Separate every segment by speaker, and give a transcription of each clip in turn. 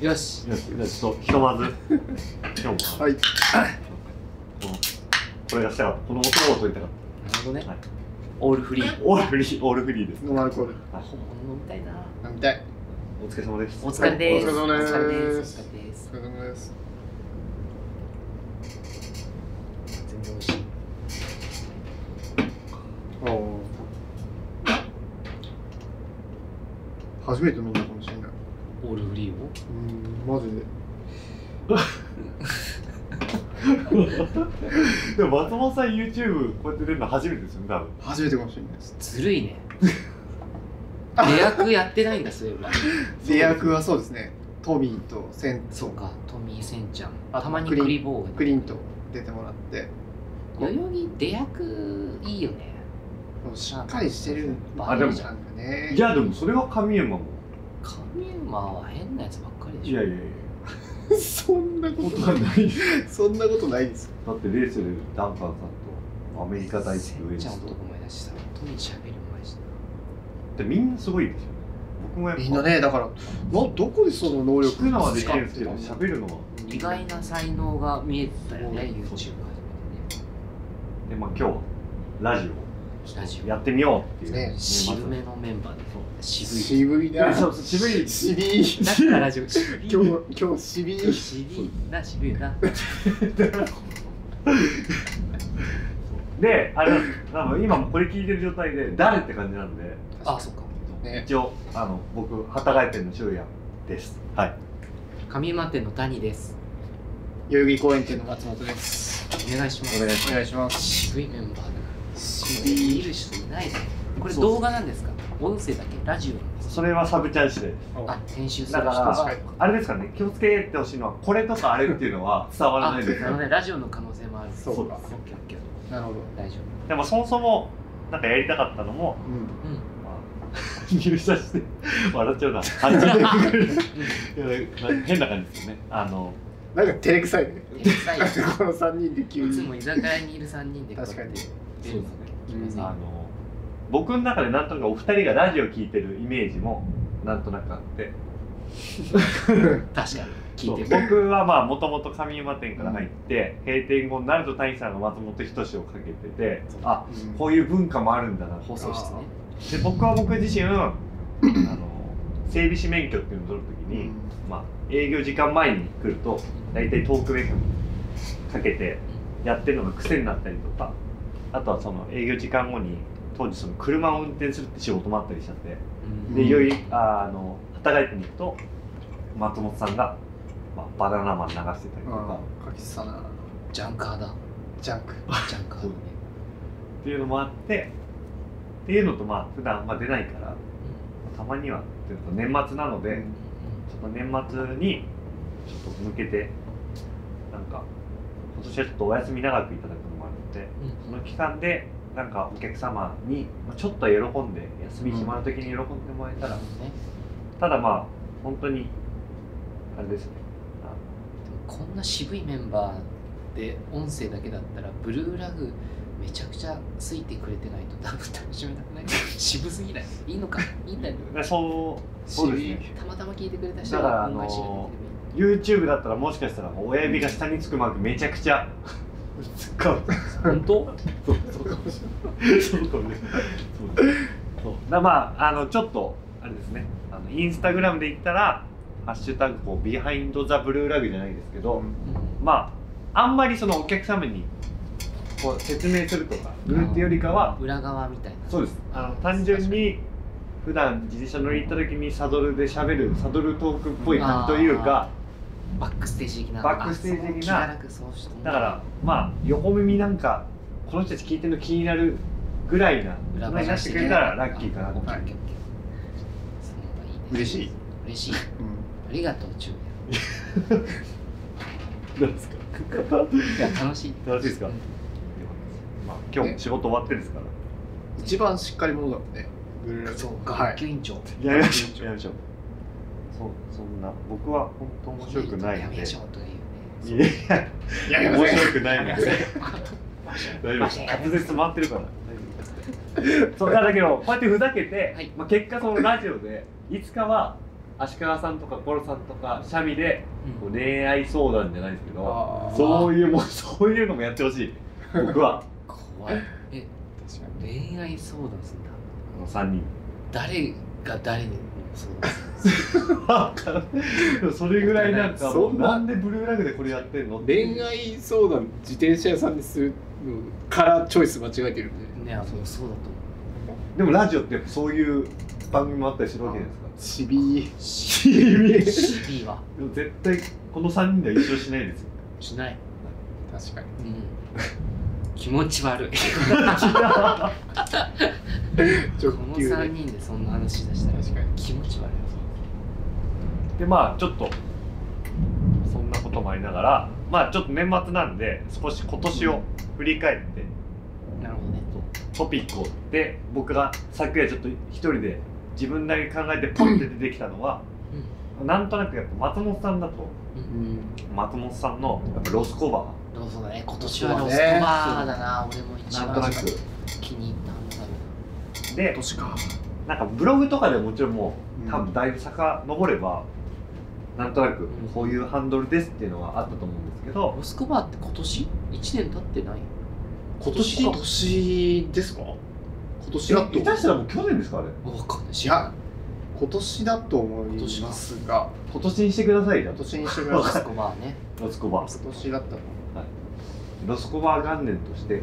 Speaker 1: よし。
Speaker 2: よし、じゃあちょっとひとまず、今日も
Speaker 3: はい。
Speaker 2: このこれがしたかった、この音を取りたかっ
Speaker 1: なるほどね。
Speaker 2: はい
Speaker 1: オールフリー。
Speaker 2: た。オールフリー、オールフリーです。
Speaker 3: ノンアルコール。
Speaker 1: 本物飲みたいな。
Speaker 3: 飲みたい。
Speaker 2: お疲れ様です。
Speaker 1: お疲れです。
Speaker 3: お疲れ様で
Speaker 1: お
Speaker 3: す
Speaker 1: 疲れです
Speaker 3: お。疲れ様です。
Speaker 1: 全然美味しい。
Speaker 3: おお。初めて飲んだかもしれない。
Speaker 1: オールフリーを。
Speaker 3: うん、マジで。
Speaker 2: でも松本さん YouTube こうやって出るの初めてですよね、多分。
Speaker 3: 初めてかもしれないです。
Speaker 1: ずるいね。出役やってないんだ、そういえば。
Speaker 3: 出役はそうですね。トミーとセン
Speaker 1: そうか、トミーセンちゃん。
Speaker 3: あ
Speaker 1: たまに
Speaker 3: クリン
Speaker 1: クリボーが
Speaker 3: ク
Speaker 1: ね。
Speaker 3: リンと出てもらって、
Speaker 1: 代々木出役いいよね。
Speaker 3: もうしっかりしてる。
Speaker 1: バ
Speaker 2: レる
Speaker 1: じゃん
Speaker 3: なんかね。
Speaker 2: いや、でもそれは神山も。
Speaker 1: 神馬は変なやつばっかりで
Speaker 2: い
Speaker 1: しょ。
Speaker 2: やいやいや。
Speaker 3: そんなこ
Speaker 2: こととはない。
Speaker 3: そんなことないですよ。
Speaker 2: だってレーセル、ダンカンさんと、アメリカ大好き
Speaker 1: セ
Speaker 2: ウェ
Speaker 1: ン
Speaker 2: イ
Speaker 1: ちゃん
Speaker 2: ス
Speaker 1: 男
Speaker 2: と。
Speaker 1: 前だしさ、トミー喋る前し。
Speaker 2: で、みんなすごいですよね。僕もやっぱ、
Speaker 3: みんなね、だから、などこでその能力
Speaker 2: 聞くのはできるんですけど、
Speaker 3: 使って
Speaker 2: 喋るのは。
Speaker 3: たの
Speaker 1: 意外な才能が見えてたよね、
Speaker 2: そう
Speaker 1: YouTube
Speaker 2: そう
Speaker 1: 始めてね。
Speaker 2: で、まあ今日は、ラジ
Speaker 1: ラジ
Speaker 2: オ、やってみようっていう。
Speaker 3: ね
Speaker 2: まあ
Speaker 1: 渋めのメンバーで
Speaker 2: そう
Speaker 1: 渋い
Speaker 3: 渋い
Speaker 2: いや
Speaker 3: な。
Speaker 2: そうそう渋い
Speaker 3: 渋 い。
Speaker 1: だからラジオ渋い
Speaker 3: 今日、今日渋い。
Speaker 1: 渋いな渋いな
Speaker 2: で、あれなんですよ多分今もこれ聞いてる状態で、誰って感じなんで、
Speaker 1: あそっか
Speaker 3: ね
Speaker 2: 一応、あの、僕、働いてるの、しゅうやです。はい。
Speaker 1: 上間店の谷です
Speaker 3: 代々木公園店の松本です。
Speaker 1: お願いしま
Speaker 2: お願い
Speaker 1: す
Speaker 2: し
Speaker 3: お願いします。
Speaker 1: 渋いメンバーだな
Speaker 3: 渋
Speaker 1: 見
Speaker 3: い。
Speaker 1: る人いないねこれ
Speaker 2: そう
Speaker 1: 動画なんですか音声だけラジオなんです
Speaker 2: ます。それはサブチャンして、
Speaker 1: あ編集する人
Speaker 2: だか
Speaker 3: 確
Speaker 2: ら
Speaker 3: かに、
Speaker 2: あれですかね、気をつけてほしいのは、これとかあれっていうのは伝わら
Speaker 1: あ
Speaker 2: ないです
Speaker 1: なの
Speaker 2: よ。
Speaker 1: でラジオの可能性もある
Speaker 3: そう
Speaker 2: か
Speaker 1: オッケーオッケー
Speaker 3: なるほど。
Speaker 1: 大丈夫
Speaker 2: でも、そもそも、なんかやりたかったのも、
Speaker 3: うん。
Speaker 1: うん
Speaker 2: まあ、入社して、笑っちゃうな。80年ぐらい いや変な感じですよね。あの、
Speaker 3: なんか照れくさいね。
Speaker 1: 天才
Speaker 3: だってこの三人で急
Speaker 1: いつ
Speaker 3: に。
Speaker 1: も居酒屋にいる三人で
Speaker 3: 確かに
Speaker 1: こう
Speaker 2: そうで
Speaker 1: やって
Speaker 2: すね
Speaker 1: 出るのね
Speaker 3: うん
Speaker 2: あの僕の中でなんとなくお二人がラジオ聞いてるイメージもなんとなくあって
Speaker 1: 確かに聞いて
Speaker 2: そ
Speaker 1: る
Speaker 2: う僕はまあもともと上馬店から入って、閉店後になると谷さんが松本人志をかけててあ
Speaker 3: うん
Speaker 2: こういう文化もあるんだなと
Speaker 1: 放送室ね
Speaker 2: で僕は僕 自身あの整備士免許っていうのを取るときに、まあ、営業時間前に来ると大体トークメイクかけてやってるのが癖になったりとかあとはその営業時間後に当時その車を運転するって仕事もあったりしたんで
Speaker 1: うん
Speaker 2: で
Speaker 3: うん
Speaker 2: いよいよああの働いてに行くと松本さんが、まあ、バナナマン流してたりと
Speaker 3: あ
Speaker 2: か
Speaker 3: あ、かきさな。
Speaker 1: ジャンカーだ
Speaker 3: ジャンク。
Speaker 1: ジャンカーだね
Speaker 2: っていうのもあってっていうのとまあ普段あんま出ないからたまにはっていうのと年末なので、
Speaker 3: うん
Speaker 2: ちょっと年末にちょっと向けてなんか今年はちょっとお休み長くいただくのもあるので
Speaker 1: うんうん
Speaker 2: その期間でなんかお客様にまあちょっと喜んで休み暇の時に喜んでもらえたら、
Speaker 1: ね
Speaker 2: ただまあ本当にあれですね
Speaker 1: でもこんな渋いメンバーで音声だけだったらブルーラグめちゃくちゃついてくれてないと多分楽しめなくない渋すぎないいいのかいいんだよ
Speaker 2: でそうそうですね
Speaker 1: たまたま聞いてくれた人
Speaker 2: だから
Speaker 1: が
Speaker 2: あの
Speaker 1: 今
Speaker 2: ー
Speaker 1: 回知るだけ
Speaker 2: YouTube だったらもしかしたら親指が下につくマークめちゃくち ゃ使う
Speaker 1: でもいい本当
Speaker 2: そうそうかもしれないそうかもねそうそうだまああのちょっとあれですねあのインスタグラムで言ったら「ハッシュタグこうビハインド・ザ・ブルーラグ」じゃないですけど、まああんまりそのお客様にこう説明するとかするっていうよりかは
Speaker 1: 裏側みたいな
Speaker 2: そうですあの単純に普段自転車乗り行った時にサドルで喋るサドルトークっぽい感じというか
Speaker 1: バックステージ的な
Speaker 2: バックステー
Speaker 1: あそ
Speaker 2: ジ的な
Speaker 1: う気が楽そうして
Speaker 2: だからまあ横耳なんかこの人たち聞いてるの気になるぐらいな
Speaker 1: 裏
Speaker 2: 話
Speaker 1: 話
Speaker 2: して
Speaker 1: 的
Speaker 2: くれたらラッキーかな
Speaker 1: オッケーオッケーオッケーその方がいいね
Speaker 3: 嬉しい
Speaker 1: 嬉しいありがとう中
Speaker 2: なんですか。
Speaker 1: 也いや楽しい
Speaker 2: 楽しいですか
Speaker 1: うん
Speaker 2: まあ今日も仕事終わってですから。
Speaker 3: うん一番しっかり者だもんね。ブルーラグ
Speaker 1: そうか
Speaker 3: は
Speaker 1: 学級
Speaker 3: い。
Speaker 1: 委員長
Speaker 2: やりましょう。やりましょう。そうそんな僕は本当面白くない
Speaker 1: や
Speaker 2: の
Speaker 1: めま
Speaker 2: で。い
Speaker 1: しょうとか言うよね
Speaker 2: やいや
Speaker 3: やめま
Speaker 2: 面
Speaker 3: せん
Speaker 2: 白くないので。大丈夫です。滑舌回ってるから。そうだだけどこうやってふざけて、
Speaker 1: はい
Speaker 2: まあ結果そのラジオでいつかは。足利さんとかコロさんとかシャミでこ
Speaker 1: う
Speaker 2: うん恋愛相談じゃないですけど
Speaker 3: あー
Speaker 2: そういうもうそういうのもやってほしい僕は
Speaker 1: 怖いえ
Speaker 3: 確か
Speaker 1: 恋愛相談するんだ
Speaker 2: この3人
Speaker 1: 誰が誰に相談するんですか
Speaker 2: それぐらいなんかも
Speaker 4: そ
Speaker 2: うん
Speaker 4: な
Speaker 2: なんでブルーラグでこれやってんのって
Speaker 4: 恋愛相談自転車屋さんでするのからチョイス間違えてるんで
Speaker 1: ねあのそうだと思
Speaker 2: でもラジオってやっぱそういう番組もあったりするわけじゃないですか
Speaker 4: ちび
Speaker 1: う
Speaker 2: しびれ
Speaker 1: CB は
Speaker 2: でも絶対この3人では一生しないですよ
Speaker 1: しない
Speaker 4: 確かに
Speaker 1: うん気持ち悪い
Speaker 4: 直球で確
Speaker 1: この
Speaker 4: か
Speaker 1: 3人でそんな話しだしたら
Speaker 4: に
Speaker 1: 気持ち悪い
Speaker 2: でまあちょっとそんなこともありながらまあちょっと年末なんで少し今年を振り返って
Speaker 1: なるほどね
Speaker 2: トピックをで僕が昨夜ちょっと一人で自分だけ考えてポンって出てきたのは、なんとなくやっぱ松本さんだと
Speaker 4: うん
Speaker 2: 松本さんのやっぱロスコバ
Speaker 1: ロスコバね今年は
Speaker 3: そ
Speaker 1: ロ
Speaker 3: う
Speaker 1: ス
Speaker 3: だ
Speaker 1: コ
Speaker 3: ね
Speaker 1: バだな俺も一
Speaker 2: ーなんとな
Speaker 1: 番
Speaker 2: く
Speaker 1: 気に入ったんだろ
Speaker 2: で
Speaker 4: 年か
Speaker 2: なんかブログとかでもちろんも
Speaker 3: に
Speaker 2: う多分だいぶ遡れば、なんとなくこういうハンドルですっていうのはあったと思うんですけ
Speaker 1: う
Speaker 2: ど
Speaker 1: ロスコバって今年1年経ってない
Speaker 4: 今年今年ですか今年だと
Speaker 2: 下手したらもう去年ですかあれ
Speaker 1: わかんない
Speaker 3: いや今年だと思いますが
Speaker 2: 今年にしてくださいじゃん
Speaker 3: 今年にしてくだ
Speaker 1: ロ
Speaker 3: さ
Speaker 1: ス
Speaker 3: い
Speaker 1: コバはね
Speaker 2: ロスコバ
Speaker 3: 今年だったと思
Speaker 2: ロスコバ元年として
Speaker 1: うん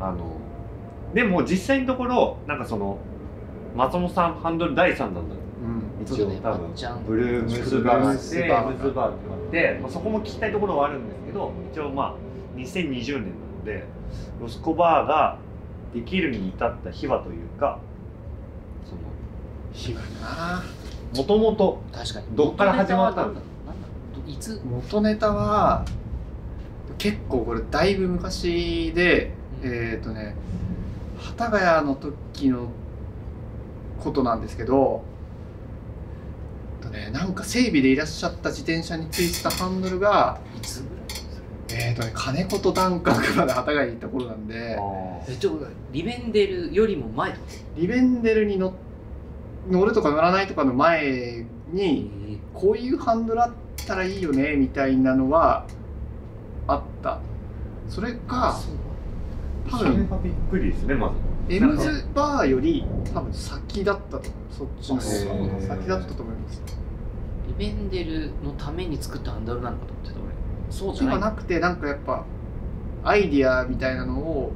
Speaker 2: あのでも実際のところなんかその松本さんハンドル第3弾だった
Speaker 3: う、うん、
Speaker 2: 一
Speaker 1: そう
Speaker 2: 応
Speaker 1: ね
Speaker 2: 多
Speaker 1: ま
Speaker 2: 分
Speaker 1: っちゃん
Speaker 2: ブルームスバーって
Speaker 3: ブルーム
Speaker 2: ムスバーってなって、まあ、そこも聞きたいところはあるんですけど一応まあ2020年なのでロスコバーができるに至った秘話というかその
Speaker 3: 暇な
Speaker 2: もともと
Speaker 1: 確かに
Speaker 2: どっから始まったんだ
Speaker 1: なんだどいつ
Speaker 3: 元ネタは結構これだいぶ昔で、
Speaker 1: うん
Speaker 3: えっ、とね幡ヶ谷の時のことなんですけど、えっとね、なんか整備でいらっしゃった自転車についてたハンドルが、
Speaker 1: いつぐらい
Speaker 3: えっとね、金子と段角まで幡ヶ谷に行った頃なんで
Speaker 1: えちょリベンデルよりも前だ
Speaker 3: リベンデルに乗乗るとか乗らないとかの前にこういうハンドルあったらいいよねみたいなのはあったそれか
Speaker 1: そう
Speaker 3: 多
Speaker 2: それ
Speaker 3: 分
Speaker 2: がびっくりですねまず
Speaker 3: エムズバーより多分先だったと思うそっちの
Speaker 1: そう
Speaker 3: 方が先だったと思います
Speaker 1: リベンデルのために作ったハンドルなのかと思ってた俺そうじゃな
Speaker 3: 今
Speaker 1: い
Speaker 3: なくてなんかやっぱアイディアみたいなのを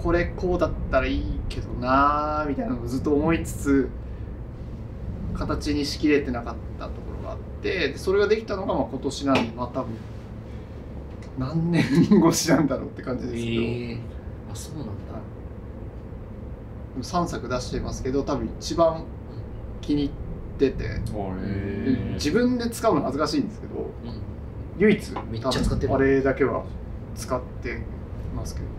Speaker 3: これこうだったらいいけどなーみたいなのをずっと思いつつ形にしきれてなかったところがあってでそれができたのがまあ今年なんでまあ多分何年越しなんだろうって感じ
Speaker 1: え
Speaker 3: ですけど、
Speaker 1: ーあそうなんだ
Speaker 3: 3作出してますけど多分一番気に入ってて自分で使うの恥ずかしいんですけど
Speaker 1: うん
Speaker 3: 唯一
Speaker 1: めっちゃ使ってる
Speaker 3: 多分あれだけは使ってますけどね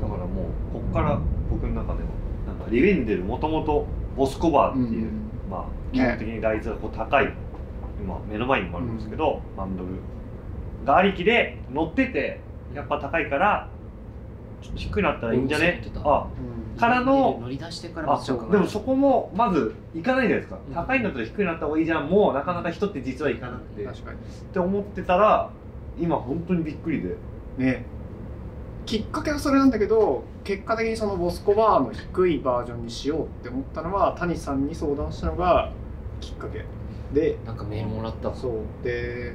Speaker 2: だ
Speaker 1: は
Speaker 2: からもうこっから僕の中ではなんかリベンデルもともとボスコバーっていう、
Speaker 3: うん
Speaker 2: まあ、基本的にライズがこう高い、今目の前にもあるんですけど、ハンドルがありきで乗っててやっぱ高いからちょっと低くなったらいいんじゃね
Speaker 1: うんそう
Speaker 2: あ
Speaker 3: うん
Speaker 1: あ
Speaker 2: からの
Speaker 1: 乗り出してから
Speaker 2: あ
Speaker 1: めっちゃ考え
Speaker 2: でもそこもまず行かないじゃないですか、
Speaker 1: うん
Speaker 2: 高いんだったら低くなった方がいいじゃんもうなかなか人って実は行かなくて、っ
Speaker 3: 確か
Speaker 2: て思ってたら今本当にびっくりで
Speaker 3: にねきっかけはそれなんだけど結果的にそのボスコバーの低いバージョンにしようって思ったのは谷さんに相談したのがきっかけで
Speaker 1: なんかメールもらったわ
Speaker 3: そうで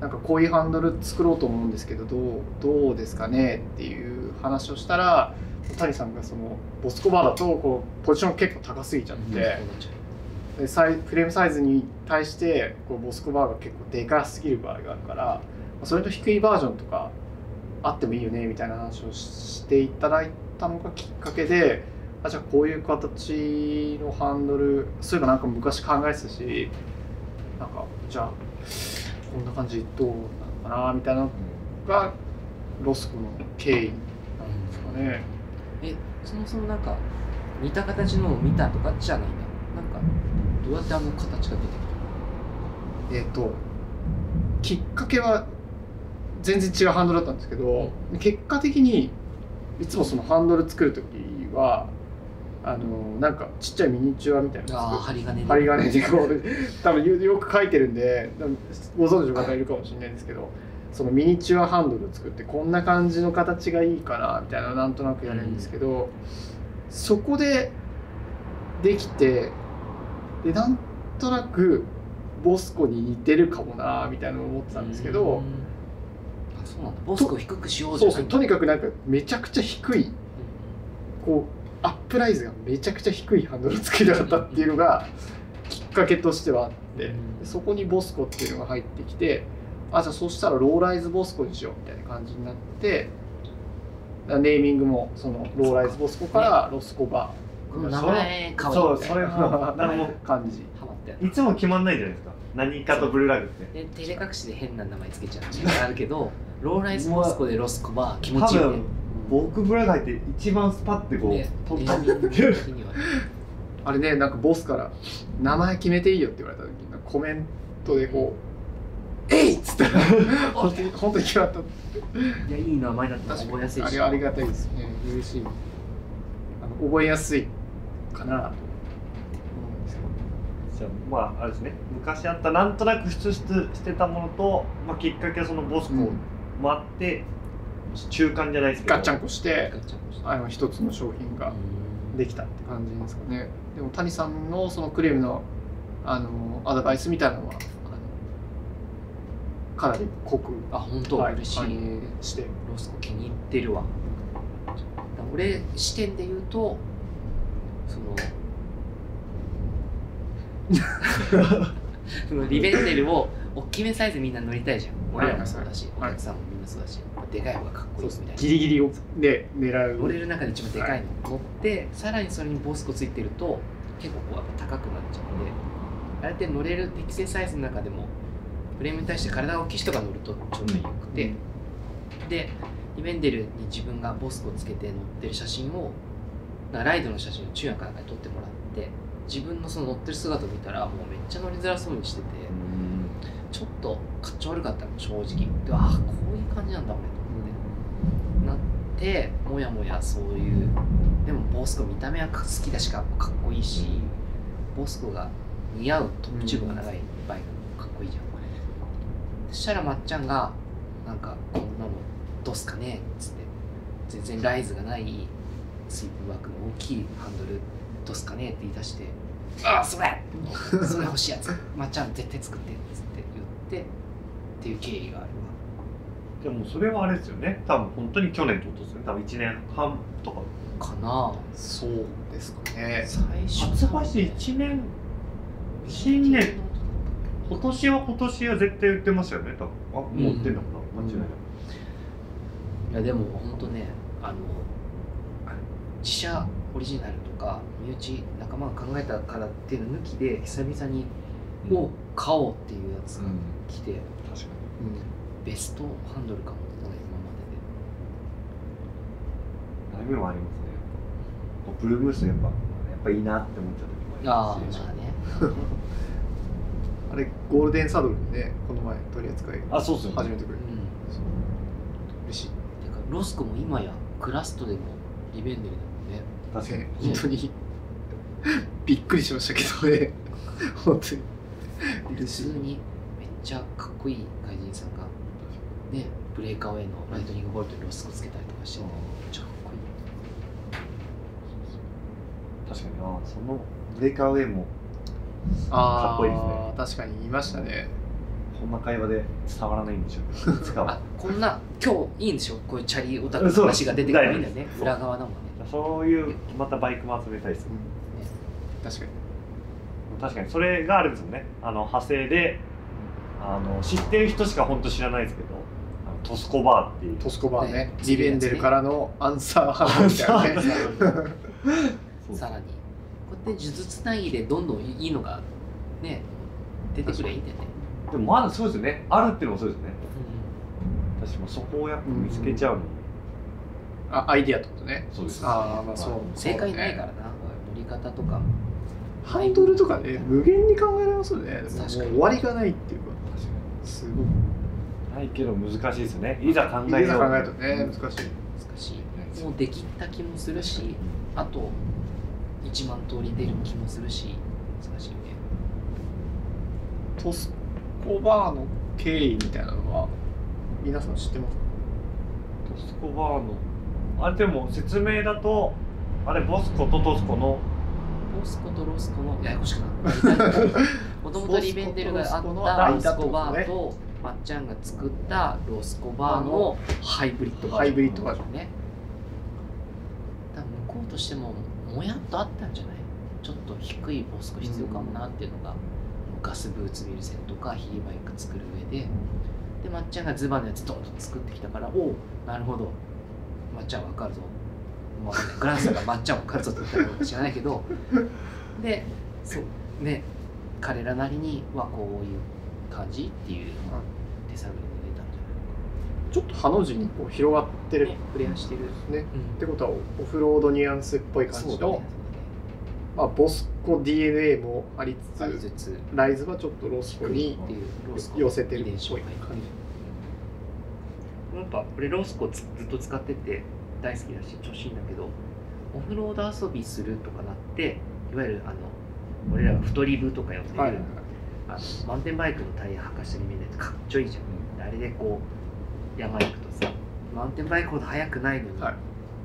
Speaker 3: なんかこういうハンドル作ろうと思うんですけどどうどうですかねっていう話をしたら谷さんがそのボスコバーだとこうポジション結構高すぎちゃっ
Speaker 1: うん
Speaker 3: て、でサイフレームサイズに対してこうボスコバーが結構でかすぎる場合があるからそれと低いバージョンとかあってもいいよねみたいな話をししていただいたのがきっかけであじゃあこういう形のハンドルそういえばなんか昔考えてたしなんかじゃあこんな感じどうなのかなみたいなのがロスコの経緯なんですかね。
Speaker 1: えそもそもなんか似た形のを見たとかじゃないんだなんかどうやってあの形が出てき
Speaker 3: えっ、ときっかけは全然違うハンドルだったんですけど、結果的にいつもそのハンドル作る時はあのなんかちっちゃいミニチュアみたいな
Speaker 1: ああ
Speaker 3: や
Speaker 1: 針金
Speaker 3: つ
Speaker 1: で
Speaker 3: 針金でこう多分よよく書いてるんで多分ご存知の方いるかもしれないんですけどそのミニチュアハンドルを作ってこんな感じの形がいいかなみたいななんとなくやるんですけど、そこでできてでなんとなくボスコに似てるかもなみたいなのを思ってたんですけど。
Speaker 1: うんあそうなんだボスクを低くしようじ
Speaker 3: そ
Speaker 1: ゃ
Speaker 3: う
Speaker 1: な
Speaker 3: そ、
Speaker 1: いうん
Speaker 3: とにかくなんかめちゃくちゃ低い、こう、アップライズがめちゃくちゃ低いハンドルつけたかったっていうのが、きっかけとしてはあって、
Speaker 1: うん
Speaker 3: でそこにボスコっていうのが入ってきて、あ、じゃあそしたらローライズボスコにしようみたいな感じになって、ネーミングもそのローライズボスコからロスコバ
Speaker 1: この名前変
Speaker 2: そ
Speaker 1: わ
Speaker 2: う
Speaker 1: って
Speaker 2: それはなんかも
Speaker 3: ー感じ。
Speaker 1: ハマったよ
Speaker 2: ういつも決まんないじゃないですか何かとブルーラグって
Speaker 1: で照れ隠しで変な名前つけちゃう時があるけどローライズボスコでロスコバー気持ちいいよね
Speaker 2: 多分僕ブラが入って一番スパッてこう、
Speaker 1: ね
Speaker 2: 取
Speaker 1: ネ
Speaker 2: った
Speaker 1: ー
Speaker 2: っ
Speaker 1: ミング的
Speaker 2: ていう
Speaker 1: には
Speaker 3: あれね、なんかボスから、名前決めていいよって言われた時に、コメントでこう、えいっつ ったら、本当に、本当に決まった。
Speaker 1: いやいい名前だった覚えやすい
Speaker 3: あ
Speaker 1: し
Speaker 3: れありがたいですね嬉しいあの覚えやすいかなと思うんですけど
Speaker 2: じゃあまああれですね昔あったなんとなく出出してたものと、まあ、きっかけはそのボスコ
Speaker 3: うん
Speaker 2: もあって、中間じゃないですけど
Speaker 3: ガッチャンコして
Speaker 1: ガッチャンコして
Speaker 3: あの一つの商品が
Speaker 1: うん
Speaker 3: できたって感じですかねでも谷さんのそのクレームのあのアドバイスみたいなのはあのかなり濃く
Speaker 1: あ本当、
Speaker 3: はい
Speaker 1: 嬉しい、
Speaker 3: 反映して
Speaker 1: ロスコ気に入ってるわ俺視点で言うとそ のそのリベンデルを大きめサイズみんな乗りたいじゃん俺らもそうだし、
Speaker 3: はい
Speaker 1: お客さんもみんなそうだし、でかい方がかっこいいみたいな
Speaker 3: ギリギリをで狙う
Speaker 1: 乗れる中で一番でかいの乗ってさらにそれにボスコついてると結構こうやっぱ高くなっちゃうのであれって乗れる適正サイズの中でもフレームに対して体が大きい人が乗るとちょうどよくて、でリベンデルに自分がボスコつけて乗ってる写真をなんかライドの写真を中夜かなんかに撮ってもらって自分のその乗ってる姿を見たらもうめっちゃ乗りづらそうにしてて
Speaker 2: うん
Speaker 1: ちょっとかっちょ悪かったの正直でああこういう感じなんだ俺と思って。なってもやもやそういうでもボスコ見た目は好きだしかかっこいいしボスコが似合うトップチューブが長いバイクかっこいいじゃんそしたらまっちゃんが「なんかこんなのどうすかね?」っつって「全然ライズがないスイープバックの大きいハンドルどうすかね?」って言い出して「ああそれそれ欲しいやつまっちゃん絶対作って」っつって言ってっていう経緯があるわ
Speaker 2: でもそれはあれですよね多分本当に去年ってことですよね多分1年半とか
Speaker 1: かな
Speaker 3: そうですかね
Speaker 1: 最初
Speaker 2: 発売して1年新年今年は今年は絶対売ってましたよね多分あもう売ってんだもんな、
Speaker 1: うん
Speaker 2: 間違いない
Speaker 1: いやでも本当ねあの自社オリジナルとか身内仲間が考えたからっていうの抜きで久々にもう買おうっていうやつが来て、
Speaker 2: 確か
Speaker 1: ベストハンドルかも今ま
Speaker 2: に波もありますねやっぱブルームースやっぱやっぱいいなって思っちゃった時もあ
Speaker 1: で
Speaker 2: りますし
Speaker 1: まあね
Speaker 3: あれゴールデンサドルでねこの前取り扱い
Speaker 2: あそうっすよ
Speaker 3: 始
Speaker 2: ね
Speaker 3: めてく
Speaker 1: う
Speaker 3: れて
Speaker 1: ん
Speaker 3: そう嬉しい
Speaker 1: てかロスコも今やクラストでもリベンデル
Speaker 2: 確かに
Speaker 3: ね、本当にびっくりしましたけどね本当に
Speaker 1: でも普
Speaker 3: 嬉し
Speaker 1: 通
Speaker 3: い
Speaker 1: にめっちゃかっこいい外人さんがねブレーカーウェイのライトニングボルトにロスコつけたりとかしててめっちゃかっこいい
Speaker 2: 確かにあそのブレーカーウェイも
Speaker 3: あ
Speaker 2: かっこいいですね
Speaker 3: あ確かにいましたね
Speaker 2: こんな会話で伝わらないんでしょ う使
Speaker 1: あ
Speaker 2: う
Speaker 1: こんな今日いいんでしょこういうチャリオタクの話が出てくるんだよね
Speaker 2: そう
Speaker 1: 裏側だもんね
Speaker 2: そういうまたバイクも集めたいです
Speaker 3: 確かに
Speaker 2: 確かにそれがあれですよねあの派生であの知ってる人しか本当知らないですけどあのトスコバーっていう
Speaker 3: トスコバーね
Speaker 1: ね
Speaker 3: リベンデルからのアンサーハンみたいなね
Speaker 2: そう
Speaker 1: さらにこうやって呪術つなぎでどんどんいいのがね出てくればいいんだよね、
Speaker 2: でもまだそうですよねあるっていうのもそうですよね私もそこをやっぱ見つけちゃうのも、
Speaker 3: あアイディアってことね
Speaker 2: そうです
Speaker 3: ああまあそう
Speaker 1: うん正解ないからな、乗り方とかも
Speaker 3: ハンドルとかね無限に考えられますよねでももう
Speaker 1: 確かに
Speaker 3: 終わりがないっていうか
Speaker 2: 確か
Speaker 3: すごい
Speaker 2: にないけど難しいですよねいざ考え
Speaker 3: いざ
Speaker 2: よう
Speaker 3: 考えるとね難しい
Speaker 1: 難しいもうできた気もするしあと1万通り出る気もするし難しいよね
Speaker 3: トスコバーの経緯みたいなのは皆さん知ってますか
Speaker 2: トスコバーのあれでも説明だとあれボスコとトスコの
Speaker 1: ボスコとロスコのややこしくなったもともとリベンデルがあったロ
Speaker 3: ボ
Speaker 1: スコ
Speaker 3: スコとロスコの
Speaker 1: バ
Speaker 3: 間ってことね
Speaker 1: ーとまっちゃんが作ったロスコバーのハイブリッドバージョン
Speaker 3: ハイブリッドバージョ
Speaker 1: ね多分向こうとしてももやっとあったんじゃないちょっと低いボスコ必要かもなっていうのが、ガスブーツミルセンとかヒーバイク作る上ででまっちゃんがズバンのやつドンと作ってきたからおおなるほどまっちゃんわかるぞ、まあ、グランさんがまっちゃんわかるぞって言ったのか知らないけどでそうね彼らなりにはこういう感じっていう手探りで出たんじ
Speaker 3: ちょっとハの字にこう広がって
Speaker 1: ゃ
Speaker 3: る
Speaker 1: ないプレイヤーしてる、
Speaker 3: ねっ
Speaker 1: う
Speaker 3: てことはオフロードニュアンスっぽい
Speaker 1: ん、
Speaker 3: 感
Speaker 1: そう
Speaker 3: じ
Speaker 1: だね
Speaker 3: の、まあ、ボスコ DNA もありつ
Speaker 1: ありつ
Speaker 3: つ
Speaker 1: つ
Speaker 3: ライズはちょっとロスコに
Speaker 1: っていうロスコ
Speaker 3: 寄せてるっ
Speaker 1: 遺伝子を
Speaker 3: ぽい
Speaker 1: 入って
Speaker 3: 感じ
Speaker 1: やっぱ俺ロースコつずっと使ってて大好きだし調子いいんだけどオフロード遊びするとかなっていわゆるあの俺らが太り部とか呼んでる、
Speaker 3: はい
Speaker 1: あのマウンテンバイクのタイヤ履かしたり見えないとかっちょいいじゃん、あれでこう山行くとさマウンテンバイクほど速くないのに
Speaker 3: はい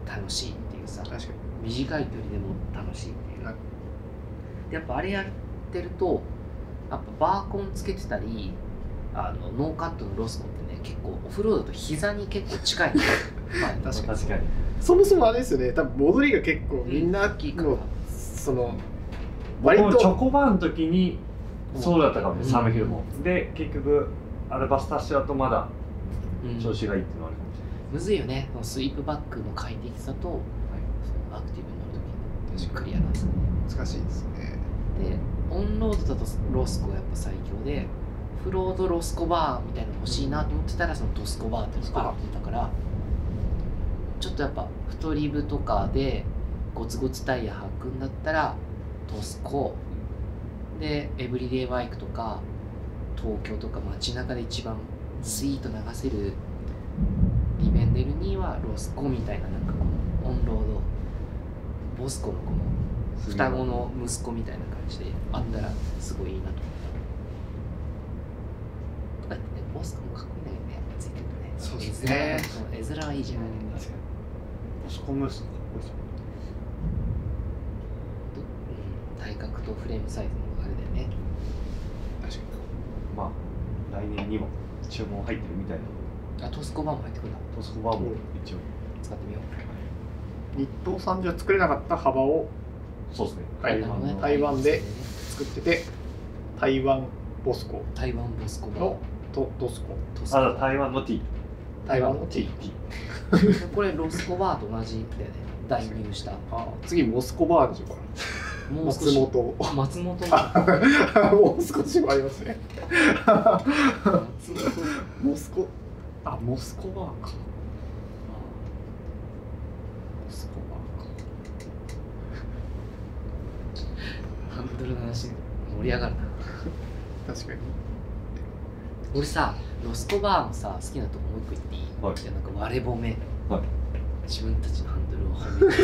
Speaker 1: 楽しいっていうさ、
Speaker 3: 確かに
Speaker 1: 短い距離でも楽しいっていう、
Speaker 3: はい
Speaker 1: でやっぱあれやってるとやっぱバーコンつけてたりあのノーカットのロスコってね結構オフロードだと膝に結構近い確
Speaker 3: 確か
Speaker 2: 確かに
Speaker 3: そもそもあれですよね多分戻りが結構みんな
Speaker 1: 大きいから
Speaker 3: のその割
Speaker 2: 割とチョ
Speaker 3: と
Speaker 2: コバーの時にそうだったかもね、
Speaker 1: うん
Speaker 2: サムヒルもで結局アルバスタシアとまだ
Speaker 1: うん
Speaker 2: 調子がいいっていうのはあるかもしれない、
Speaker 1: むずいよねそのスイープバックの快適さと、そのアクティブになる時のクリアなんですよね
Speaker 3: 難しいですね
Speaker 1: でオンロードだとロスコがやっぱ最強でオフロードロスコバーみたいなの欲しいなと思ってたらそのドスコバーっていうのがあってたからちょっとやっぱ太り部とかでゴツゴツタイヤ履くんだったらトスコでエブリデイバイクとか東京とか街中で一番スイート流せるリベンデルにはロスコみたいななんかこのオンロードボスコのこの双子の息子みたいな感じであったらすごいいいなと思った。だってね、ボス君もかっこいいんだけどね、ついてるね。
Speaker 3: そうですね
Speaker 1: 絵面絵面はいいじゃない。ど
Speaker 2: そこもすごい
Speaker 1: うん体格とフレームサイズもあれだよね。
Speaker 3: 確か
Speaker 2: まあ来年にも注文入ってるみたいな
Speaker 1: あ、トスコバも入ってくるな。
Speaker 2: トスコバーも一応
Speaker 1: 使ってみよう。
Speaker 3: に日東さんじゃ作れなかった幅を
Speaker 2: そうですね
Speaker 3: 台
Speaker 1: なるほどね
Speaker 3: 台湾で作ってて台湾ボスコ
Speaker 1: 台湾ボスコバ
Speaker 3: のとドスコ
Speaker 1: トスコ
Speaker 2: あだ
Speaker 1: バ。
Speaker 2: 台湾の T
Speaker 3: 台湾の T
Speaker 1: これロスコバーと同じだよね。代入した。
Speaker 3: あ次モスコバージョンか
Speaker 1: もう少
Speaker 3: 松
Speaker 1: し。
Speaker 3: 本
Speaker 1: 松 本の。
Speaker 3: もう少しもありますね
Speaker 1: 松本の
Speaker 3: モスコあモスコバーかモスコバーか
Speaker 1: ハンドルの話盛り上がるな。
Speaker 3: 確かに
Speaker 1: 俺さロスコバーのさ好きなとこもう一個言っていい、
Speaker 2: はい
Speaker 1: じゃあなんか割れ褒め、
Speaker 2: はい
Speaker 1: 自分たちのハンドルを褒め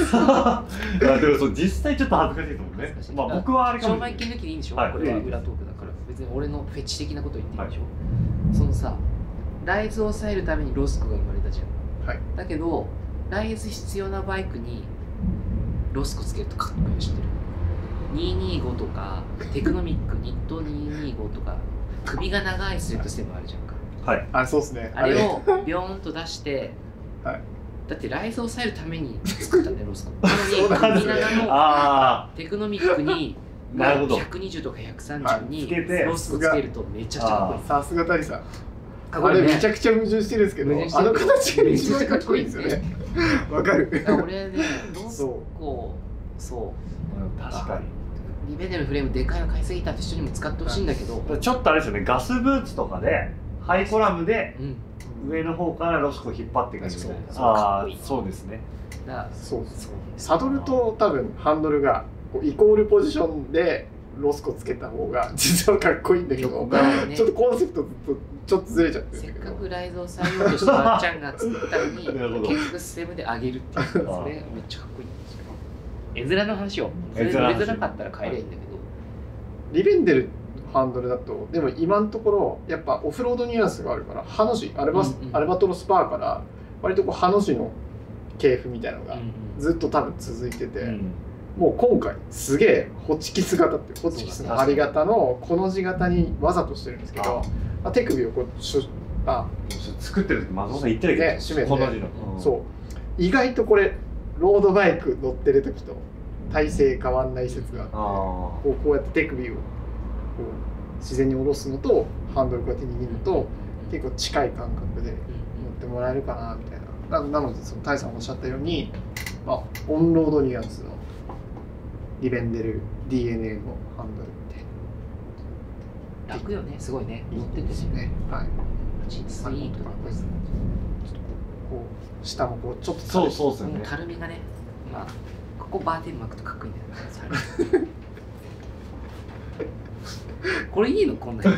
Speaker 1: る
Speaker 2: あでもそう実際ちょっと恥ずかしいと思うね
Speaker 1: 恥ずかしい
Speaker 2: まあ僕はあれかも
Speaker 1: 商
Speaker 2: しれない
Speaker 1: 売切抜きでいいんでしょ、
Speaker 2: はい
Speaker 1: これは裏トークだから別に俺のフェチ的なこと言っていいんでしょ、
Speaker 2: は
Speaker 1: そのさライズを抑えるためにロスコが生まれたじゃん、
Speaker 3: はい
Speaker 1: だけどライズ必要なバイクにロスコつけるとかっこいいの知ってる225とかテクノミックニット225とか首が長いスレッドステムあるじゃんか
Speaker 2: はい
Speaker 3: あそうですね
Speaker 1: あれをビョーンと出して、
Speaker 3: はい
Speaker 1: だってライズを抑えるために作ったんだよ、ロスコ。な
Speaker 3: そうなん
Speaker 1: の
Speaker 3: で
Speaker 1: に、
Speaker 3: す
Speaker 1: 首
Speaker 3: ね
Speaker 1: 長の
Speaker 2: あ
Speaker 1: テクノミックに、
Speaker 2: あ なるほど
Speaker 1: 120とか
Speaker 3: は
Speaker 1: 130
Speaker 3: い
Speaker 2: つけて
Speaker 1: にロスコつけるとめちゃくちゃかっこいい
Speaker 3: さすが谷さん。
Speaker 1: かっ
Speaker 3: あ
Speaker 1: こい
Speaker 3: れ
Speaker 1: いね
Speaker 3: めちゃくちゃ矛盾してるんですけど、
Speaker 1: 矛盾して
Speaker 3: あ
Speaker 1: る
Speaker 3: の形が一番かっこいいんですよね。わかる
Speaker 1: だ。から俺ね、ロス
Speaker 3: そ
Speaker 1: コ、そ
Speaker 2: あ確かに
Speaker 1: う、リベネルフレームでかいの買いすぎたって人にも使ってほしいんだけど
Speaker 2: だ、からちょっとあれですよねガスブーツとかでハイコラムで
Speaker 1: うん、
Speaker 3: う。
Speaker 2: 上の方からロスコ引っ張っていくみたい
Speaker 1: そう
Speaker 2: な
Speaker 1: そうかっ
Speaker 2: あ
Speaker 1: こ
Speaker 2: あ
Speaker 1: いい
Speaker 2: そうですね
Speaker 1: だから
Speaker 3: そう
Speaker 1: そう
Speaker 3: サドルと多分ハンドルがこうイコールポジションでロスコつけた方が実はかっこいいんだけど、
Speaker 1: ね
Speaker 3: ちょっとコンセプトとちょっとずれちゃってるん
Speaker 1: せ
Speaker 3: だ
Speaker 1: っ
Speaker 3: け
Speaker 1: か
Speaker 3: ど。
Speaker 1: くライズを抑えようとしたまっちゃんが作ったのに、
Speaker 2: なるほど
Speaker 1: 結局ステムで上げるっていう、それめっちゃかっこいいんですよ。絵面の話を
Speaker 2: 絵
Speaker 1: 絵
Speaker 2: 面の話
Speaker 1: 面かったら帰りゃいいんだけど、
Speaker 3: リベンデルハンドルだとでも今のところやっぱオフロードニュアンスがあるからハの字アルバス、
Speaker 1: うんうん
Speaker 3: アルバトロスバーから割とこうハの字の系譜みたいなのがずっと多分続いてて、
Speaker 2: うん
Speaker 3: もう今回すげえホチキス型ってホチキスの針型のこの字型にわざとしてるんですけどまあ手首をこうしょあ
Speaker 2: 作ってる時松本さん言ってるけ
Speaker 3: ね締
Speaker 2: ど、
Speaker 3: めて
Speaker 2: この字の、うん
Speaker 3: そう意外とこれロードバイク乗ってる時と体勢変わんない説があって
Speaker 2: あ
Speaker 3: こうこうやって手首をこう自然に下ろすのとハンドルこうやって握ると結構近い感覚で乗ってもらえるかなみたいなななのでそのタイさんおっしゃったように、まあ、オンロードニュアンスのリベンデル DNA のハンドルって
Speaker 1: 楽よねすごいね
Speaker 3: い
Speaker 1: 乗って
Speaker 3: い
Speaker 1: て
Speaker 3: ですよねはい
Speaker 1: 実際いいとかっこいいですね
Speaker 3: こう下もこうちょっと
Speaker 2: あそうそうですよ
Speaker 1: もう
Speaker 2: ね
Speaker 1: たるみがねまあここバーテン巻くとかっこいいんだよねそれこれいいの こんなに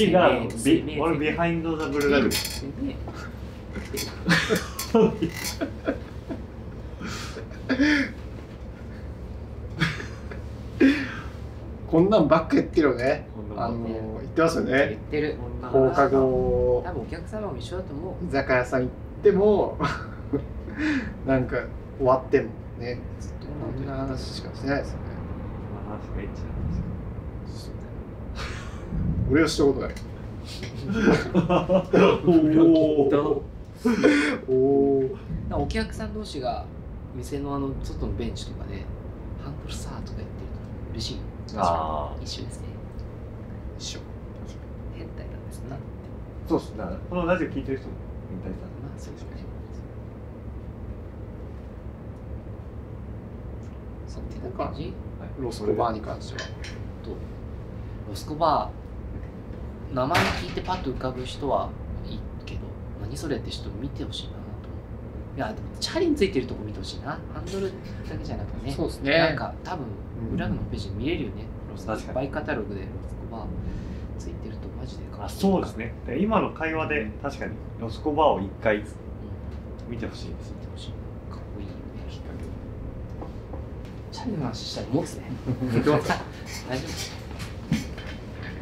Speaker 2: いいな
Speaker 1: 生命生
Speaker 2: ビ
Speaker 1: 命
Speaker 2: 俺ビハインドザブルーラグ
Speaker 1: 生命
Speaker 3: こんなんばっか言ってるよね
Speaker 2: こんな
Speaker 3: あ
Speaker 2: もん
Speaker 3: の言ってますよ
Speaker 1: 言
Speaker 3: ね
Speaker 1: ってる
Speaker 3: 放課後
Speaker 1: 多分お客様も一緒だと思う
Speaker 3: 居酒屋さん行っても なんか終わってもねずっとこんな話しかしてないですよね
Speaker 2: 話がエッチなんですよ
Speaker 3: 俺はしたことない
Speaker 2: お
Speaker 1: お
Speaker 3: おお
Speaker 1: お客さん同士が店のあの外のベンチとかで「ハンドルさ」とか言ってると嬉しいよ
Speaker 2: あ
Speaker 1: 一緒ですね
Speaker 3: 一緒
Speaker 1: 変態なんですなま
Speaker 2: そうっすねこのラジオ聞いてる人もみたいだ
Speaker 1: あそうですねそんな感じ
Speaker 3: ロスコバーに関しては
Speaker 1: ロスコバー名前聞いてパッと浮かぶ人はいいけど何それって人見てほしいなと思ういやでもチャリについてるとこ見てほしいなハンドルだけじゃなくてね
Speaker 3: うです
Speaker 1: なんか多分
Speaker 3: うん
Speaker 1: ブラグのページ見れるよね、ロスコバ
Speaker 2: 確かに
Speaker 1: バイカタログでロスコバーついてるとマジでか
Speaker 2: あそうですねで今の会話で確かにロスコバーを一回見てほしいです
Speaker 1: ついてほしいかっこいいよねきっかけチャリの話したら持つね大丈夫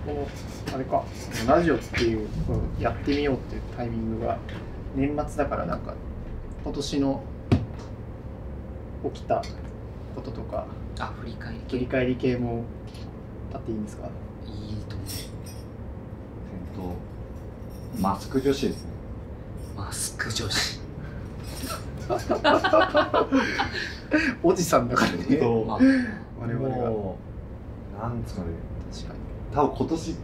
Speaker 3: こうあれかラジオっていうこうやってみようっていうタイミングが年末だからなんか今年の起きたこととか
Speaker 1: あ振り返り系
Speaker 3: 振
Speaker 1: い
Speaker 3: り
Speaker 1: い
Speaker 3: 返り系もあっていいんですか
Speaker 1: と思
Speaker 2: 先頭マスク女子ですね
Speaker 1: うマスク女子
Speaker 3: おじさんだからね
Speaker 2: そう
Speaker 1: まあ
Speaker 3: 我々が
Speaker 2: もうなんですかね
Speaker 3: 確かに
Speaker 2: 多分今年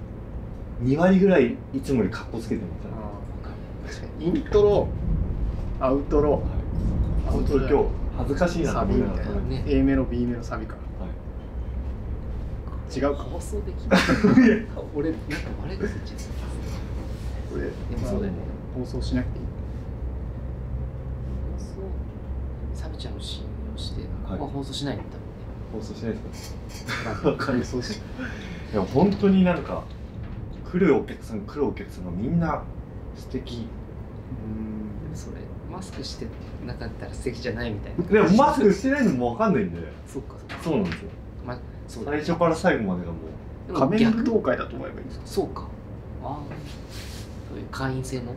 Speaker 2: 2割ぐらいいつもより格好つけてますね
Speaker 3: 確かにイントロアウトロ
Speaker 2: 本当に今日恥ずかしいなと
Speaker 3: サ
Speaker 2: 思
Speaker 3: ビ
Speaker 2: い
Speaker 3: み
Speaker 2: なが
Speaker 3: た
Speaker 2: ら
Speaker 3: い
Speaker 2: は
Speaker 3: な、
Speaker 2: い
Speaker 1: ね
Speaker 3: A メロ B メロサビか違うか
Speaker 1: 放送できない俺なんか悪いこと言っちゃいそう
Speaker 3: これ
Speaker 1: でもそうだよね
Speaker 3: 放送しなくていい
Speaker 1: 放送サブちゃんを信用してここは放送しないんだ
Speaker 2: 放送しないです
Speaker 3: まあ放送し
Speaker 2: かいや本当になんか来るお客さん来るお客さんがみんな素敵
Speaker 1: でもそれマスクしてなかったら素敵じゃないみたいな
Speaker 2: でもマスクしてないのもわかんないんで
Speaker 1: そうかそうか
Speaker 2: そうなんですよ
Speaker 1: まあそうだ
Speaker 2: 最
Speaker 1: ね
Speaker 2: 初から最後までがも
Speaker 1: でも
Speaker 3: 仮面
Speaker 1: 逆
Speaker 3: 舞踏会だと思えばいいんですか
Speaker 1: そうかああそういう会員制の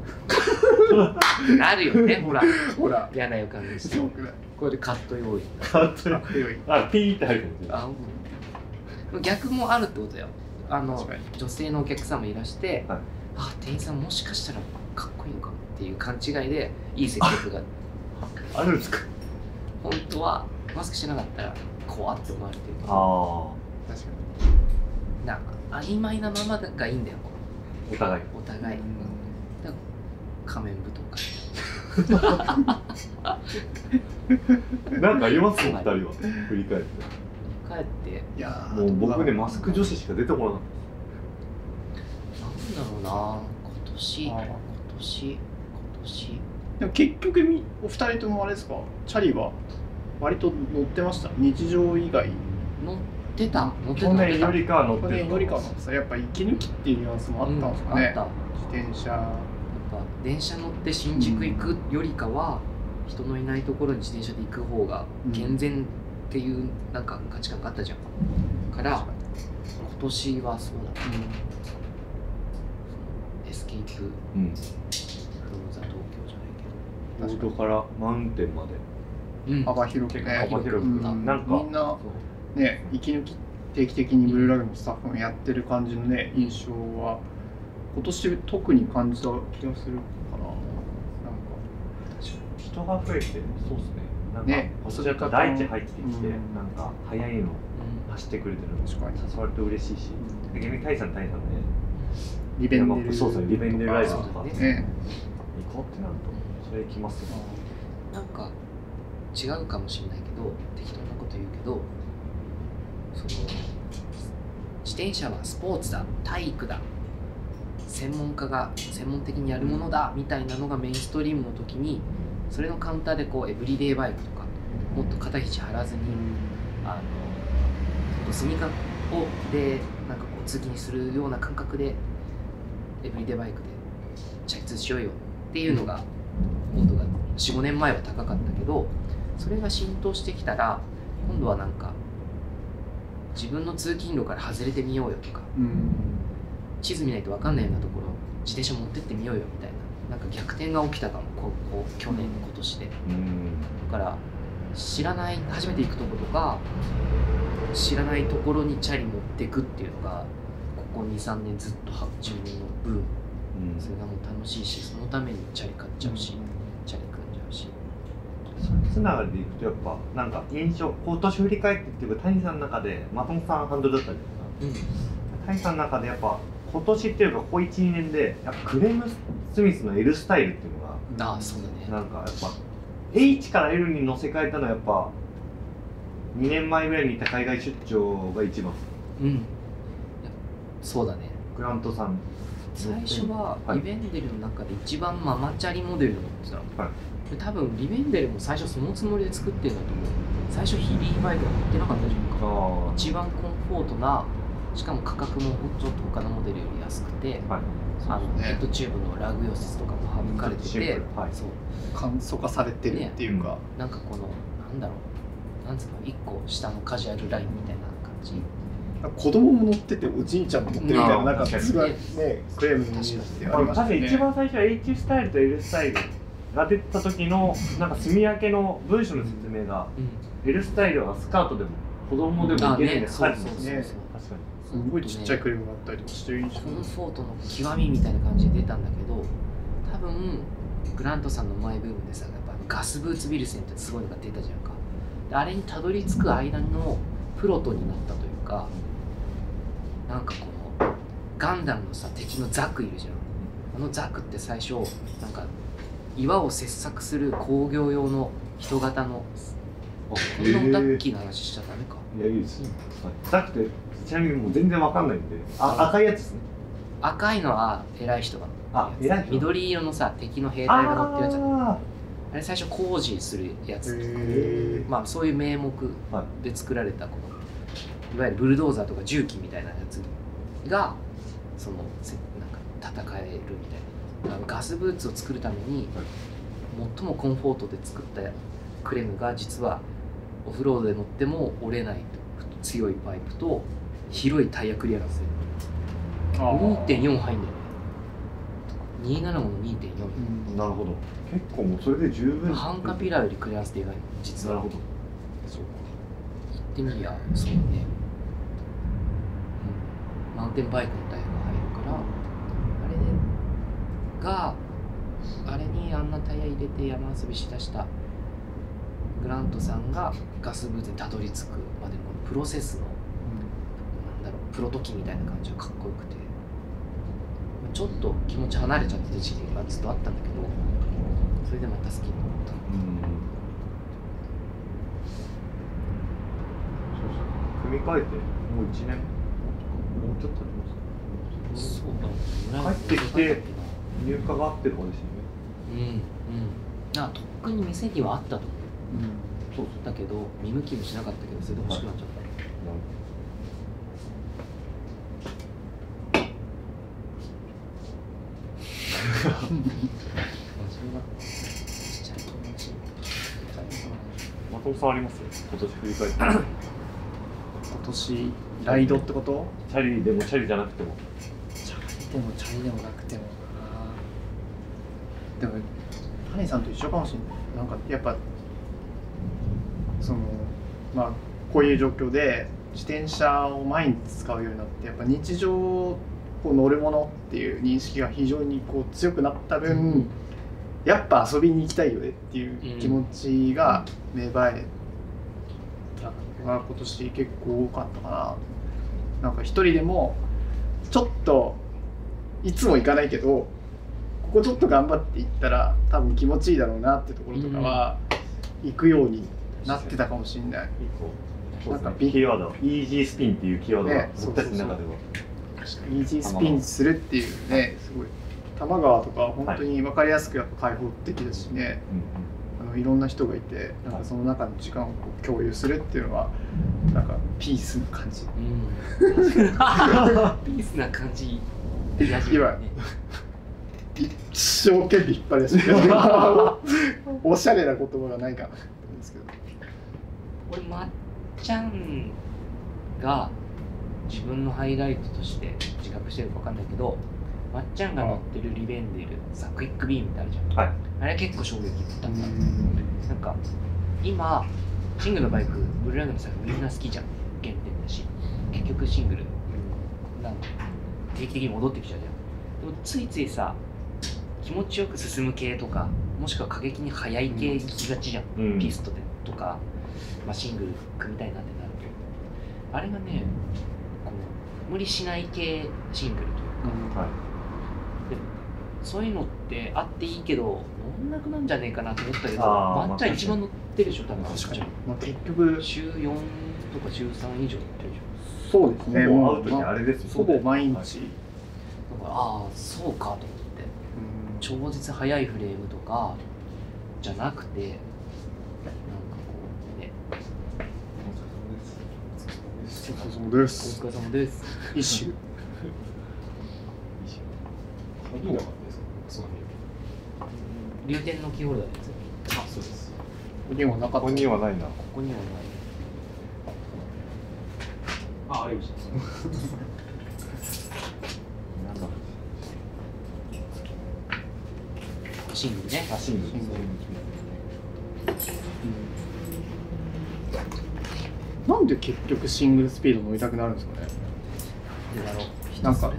Speaker 1: あるよねほら
Speaker 3: ほら
Speaker 1: 嫌な予感がして
Speaker 3: すごくない
Speaker 1: これでカット用意
Speaker 2: う本当に
Speaker 3: かっこよい
Speaker 2: あピーって入るんですよ
Speaker 1: あうん逆もあるってことだよあの
Speaker 3: 確かに
Speaker 1: 女性のお客さんもいらして、
Speaker 2: はい
Speaker 1: あ店員さんもしかしたらかっこいいのかもっていう勘違いでいい接客が
Speaker 2: あるんですか
Speaker 1: 本当はマスクしてなかったら怖って思われてる
Speaker 2: ああお
Speaker 3: 確か
Speaker 1: なんか曖昧なままがいいんだよ
Speaker 2: 互い
Speaker 1: お互い、
Speaker 3: に
Speaker 1: 仮面舞踏会
Speaker 2: なんかありますお二人は振り返って
Speaker 1: 帰って
Speaker 3: いやー
Speaker 2: もう僕ねマスク女
Speaker 3: 子
Speaker 2: 子しか出てこなかっ
Speaker 1: なんだろうな今年
Speaker 3: あ
Speaker 1: 今
Speaker 3: ー
Speaker 1: 年今年
Speaker 3: でも結局みお二人ともあれですかチャリは割と乗ってました日常以外
Speaker 1: 乗ってた乗ったてた
Speaker 2: 去
Speaker 1: 乗っ
Speaker 2: 年
Speaker 1: て
Speaker 2: よ
Speaker 1: た
Speaker 2: りかは乗って
Speaker 3: 去
Speaker 2: る
Speaker 3: 年よりかはさやっぱ息抜きっていうニュアンスもあったんですか
Speaker 1: うんあっ
Speaker 3: ね
Speaker 1: た、やっ
Speaker 3: 自転車
Speaker 1: ぱ電車乗って新宿行くよりかは、人のいないところに自転車で行く方が健全っていうなんか価値観があったじゃんから今年はそうだねエスケープフロ
Speaker 5: うん
Speaker 1: ーザ東京じゃないけど
Speaker 2: ボードからマウンテンまで
Speaker 1: うん
Speaker 3: 幅広くね
Speaker 2: 結構幅広く
Speaker 3: うん
Speaker 2: なんか
Speaker 3: みんなね息抜き定期的にブルーラグのスタッフもやってる感じのね印象は今年特に感じた気がするかななんか
Speaker 2: 人が増えてそうですねなんか
Speaker 3: ね
Speaker 2: こっちだと大地入ってきて、
Speaker 3: うん
Speaker 2: なんか早いの走ってくれてるの
Speaker 3: 確かに
Speaker 2: 誘われて嬉しいしで逆にタイさんタイさんで、
Speaker 3: リベンデ
Speaker 2: いやま
Speaker 3: ル
Speaker 2: あそうそうリベンデルライブと
Speaker 1: そ
Speaker 2: か
Speaker 1: うだね
Speaker 3: ね
Speaker 2: 行こうってなるとそれ行きますよ
Speaker 1: うんなんか違うかもしれないけど適当なこと言うけどその自転車はスポーツだ体育だ専門家が専門的にやるものだみたいなのがメインストリームの時にそれのカウンターでこうエブリデイバイクとかもっと肩肘張らずにあのちょっとスニーカーをでなんかこう通勤するような感覚でエブリデイバイクで着通しようよっていうのが温度が45年前は高かったけどそれが浸透してきたら今度はなんか自分の通勤路から外れてみようよとか
Speaker 3: うん
Speaker 1: 地図見ないと分かんないようなところ自転車持ってってみようよみたいななんか逆転が起きたかもここう去年今年で。
Speaker 5: うん
Speaker 1: だから知らない初めて行くとことか知らないところにチャリ持ってくっていうのがここ23年ずっとは10年のブーム
Speaker 5: うん
Speaker 1: それがもう楽しいしそのためにチャリ買っちゃうし、チャリ組んじゃうし
Speaker 2: それつながりでいくとやっぱなんか印象今年振り返ってっていうか谷さんの中で松本さんハンドルだったじゃないですか
Speaker 1: うん
Speaker 2: 谷さんの中でやっぱ今年っていうかここ12年でやっぱクレームスミスの L スタイルっていうのが
Speaker 1: ああそうだね
Speaker 2: なんかやっぱ H から L に乗せ替えたのはやっぱ2年前ぐらいにいた海外出張が一番
Speaker 1: うんいやそうだね
Speaker 2: グラントさん
Speaker 1: 最初は
Speaker 2: はい
Speaker 1: リベンデルの中で一番ママチャリモデルに乗ってたの、
Speaker 2: は
Speaker 1: で多分リベンデルも最初そのつもりで作ってるんだと思う最初ヒリーバイクは乗ってなかったじゃんか
Speaker 2: あ
Speaker 1: 一番コンフォートなしかも価格もちょっと他のモデルより安くて
Speaker 2: はい
Speaker 1: あの
Speaker 3: ね
Speaker 1: ヘッドチューブのラグ溶接とかも省かれて
Speaker 2: シンプ
Speaker 1: て
Speaker 2: ルはい
Speaker 1: そう
Speaker 3: 簡素化されてるっていうか、
Speaker 1: なんかこのなんだろうなんつうの1個下のカジュアルラインみたいな感じ
Speaker 3: なんか子供も乗ってておじいちゃんも乗ってるみたいな
Speaker 2: うん
Speaker 3: なんか
Speaker 2: 確かに
Speaker 3: すごいねクレームのイメージってあり
Speaker 2: ま
Speaker 3: ま
Speaker 2: あ確
Speaker 3: した
Speaker 2: か
Speaker 3: ね
Speaker 2: に一番最初は H スタイルと L スタイルが出た時のなんか住み分けの文章の説明が
Speaker 1: うん
Speaker 2: L スタイルはスカートでも子供でもいけないんで
Speaker 1: そ
Speaker 2: 入
Speaker 1: う
Speaker 2: るん
Speaker 1: そうそう
Speaker 2: です
Speaker 1: そう
Speaker 2: ね
Speaker 3: ね
Speaker 2: 確かに
Speaker 3: すごいちっちゃいクレームがあったりとかしてる印象
Speaker 1: コンフォートの極みみたいな感じで出たんだけど多分グラントさんのマイブームでさやっぱガスブーツビルセンってすごいのが出たじゃんかであれにたどり着く間のプロトになったというかなんかこのガンダムのさ敵のザクいるじゃんあのザクって最初なんか岩を切削する工業用の人型の
Speaker 2: あ
Speaker 1: こんなオタッキーな話しちゃダメか
Speaker 2: いやいいですよだってちなみにもう全然わかんないんであ赤いやつですね
Speaker 1: 赤いのは偉い人が乗ってるやつ
Speaker 2: あ偉い人
Speaker 1: 緑色のさ敵の兵隊が乗ってるやつだ
Speaker 2: あ
Speaker 1: あれ最初工事するやつとか、
Speaker 3: へ
Speaker 1: まあ、そういう名目で作られたこの、い、わゆるブルドーザーとか重機みたいなやつがそのせなんか戦えるみたいなあのガスブーツを作るために最もコンフォートで作ったクレムが実はオフロードで乗っても折れない強いパイプと広いタイヤクリアランス
Speaker 3: あー
Speaker 1: 2.4入んだよね275の2.4、
Speaker 2: ーなるほど結構もうそれで十分
Speaker 1: ハンカピラーよりクリアランスでかいの実
Speaker 2: な
Speaker 1: は
Speaker 2: るほど
Speaker 1: そうか行ってみりゃそうね、うん、マウンテンバイクのタイヤが入るからあれがあれにあんなタイヤ入れて山遊びしだしたグラントさんがガスブーツにたどり着くまでのこのプロセスのなんだろうプロトキみたいな感じがかっこよくてちょっと気持ち離れちゃってた時期がずっとあったんだけどそれでまた好きになった
Speaker 5: うん
Speaker 2: そうそう組み替えてもう一年もうちょっと経ちます
Speaker 1: そうだもんね
Speaker 2: 帰ってきて入荷があってるかですよね
Speaker 1: うんうんだからとっくに店にはあったと思
Speaker 2: そう
Speaker 1: うだけど見向きもしなかったけどそれで欲しくなっちゃった、
Speaker 2: ま松本さんあります今年振り返って
Speaker 3: 今年ライドってこと
Speaker 2: チャリでもチャリじゃなくても
Speaker 3: チャリでもチャリでもなくてもなでも谷さんと一緒かもしれないなんかやっぱそのまあこういう状況で自転車を毎日使うようになってやっぱ日常こう乗るものっていう認識が非常にこう強くなった分、 やっぱ遊びに行きたいよねっていう気持ちが芽生えたのが今年結構多かったかななんか一人でもちょっといつも行かないけどここちょっと頑張って行ったら多分気持ちいいだろうなってところとかは行くようになってたかもしれない。
Speaker 2: そうですね
Speaker 3: なんか
Speaker 2: キーワードイージースピンっていうキーワードが
Speaker 3: ね
Speaker 2: 僕たちの中では
Speaker 3: イージースピンするっていうねすごい多摩川とかは本当に分かりやすくやっぱ開放的だしね、い、あのいろんな人がいてなんかその中の時間をこう共有するっていうのはなんかピースな感じ
Speaker 1: うん、ピースな感じラジオだね
Speaker 3: 一生懸命引っ張り出してるおしゃれな言葉がないかなと思うんですけど
Speaker 1: 俺まっちゃんが自分のハイライトとして自覚してるか分かんないけどまっちゃんが乗ってるリベンデルさクイックビームってあるじゃん、
Speaker 2: はい
Speaker 1: あれ結構衝撃だったなんか今シングルのバイクブルーラグのさみんな好きじゃん原点だし結局シングルなんか定期的に戻ってきちゃうじゃんでもついついさ気持ちよく進む系とかもしくは過激に速い系行きがちじゃん
Speaker 2: うんうん
Speaker 1: ピーストでとか、まあ、シングル組みたいなってなるけどあれがねこう無理しない系シングルというか
Speaker 2: はい
Speaker 1: そういうのってあっていいけど乗んなくなんじゃねえかなと思ったけど
Speaker 2: あー
Speaker 1: まっちゃん一番乗ってるでしょ多分
Speaker 2: 確かに
Speaker 3: まあ、結局
Speaker 1: 週4とか週3以上乗ってるでし
Speaker 3: そうですね
Speaker 2: ほぼ会う
Speaker 3: も
Speaker 2: 時
Speaker 3: ま
Speaker 2: あ
Speaker 3: あ
Speaker 2: れですよ
Speaker 3: ほぼ毎日、
Speaker 1: ょだからああそうかと思って
Speaker 3: うん
Speaker 1: 超絶速いフレームとかじゃなくてなんかこうね
Speaker 3: そうそうそうで
Speaker 1: お
Speaker 3: す
Speaker 1: 疲れ様です
Speaker 3: 一周
Speaker 5: 鍵なかったですかその
Speaker 1: 流転のキーホルダーですよ
Speaker 5: 辺あそうです
Speaker 3: でもなかっ
Speaker 5: ここ
Speaker 3: た
Speaker 5: にはないな
Speaker 1: ここにはない
Speaker 5: あありました
Speaker 2: なんだろう
Speaker 1: シングルね
Speaker 2: あシングル
Speaker 3: シングルなんで結局シングルスピード乗りたくなるんですかね
Speaker 1: でだろ
Speaker 3: なんか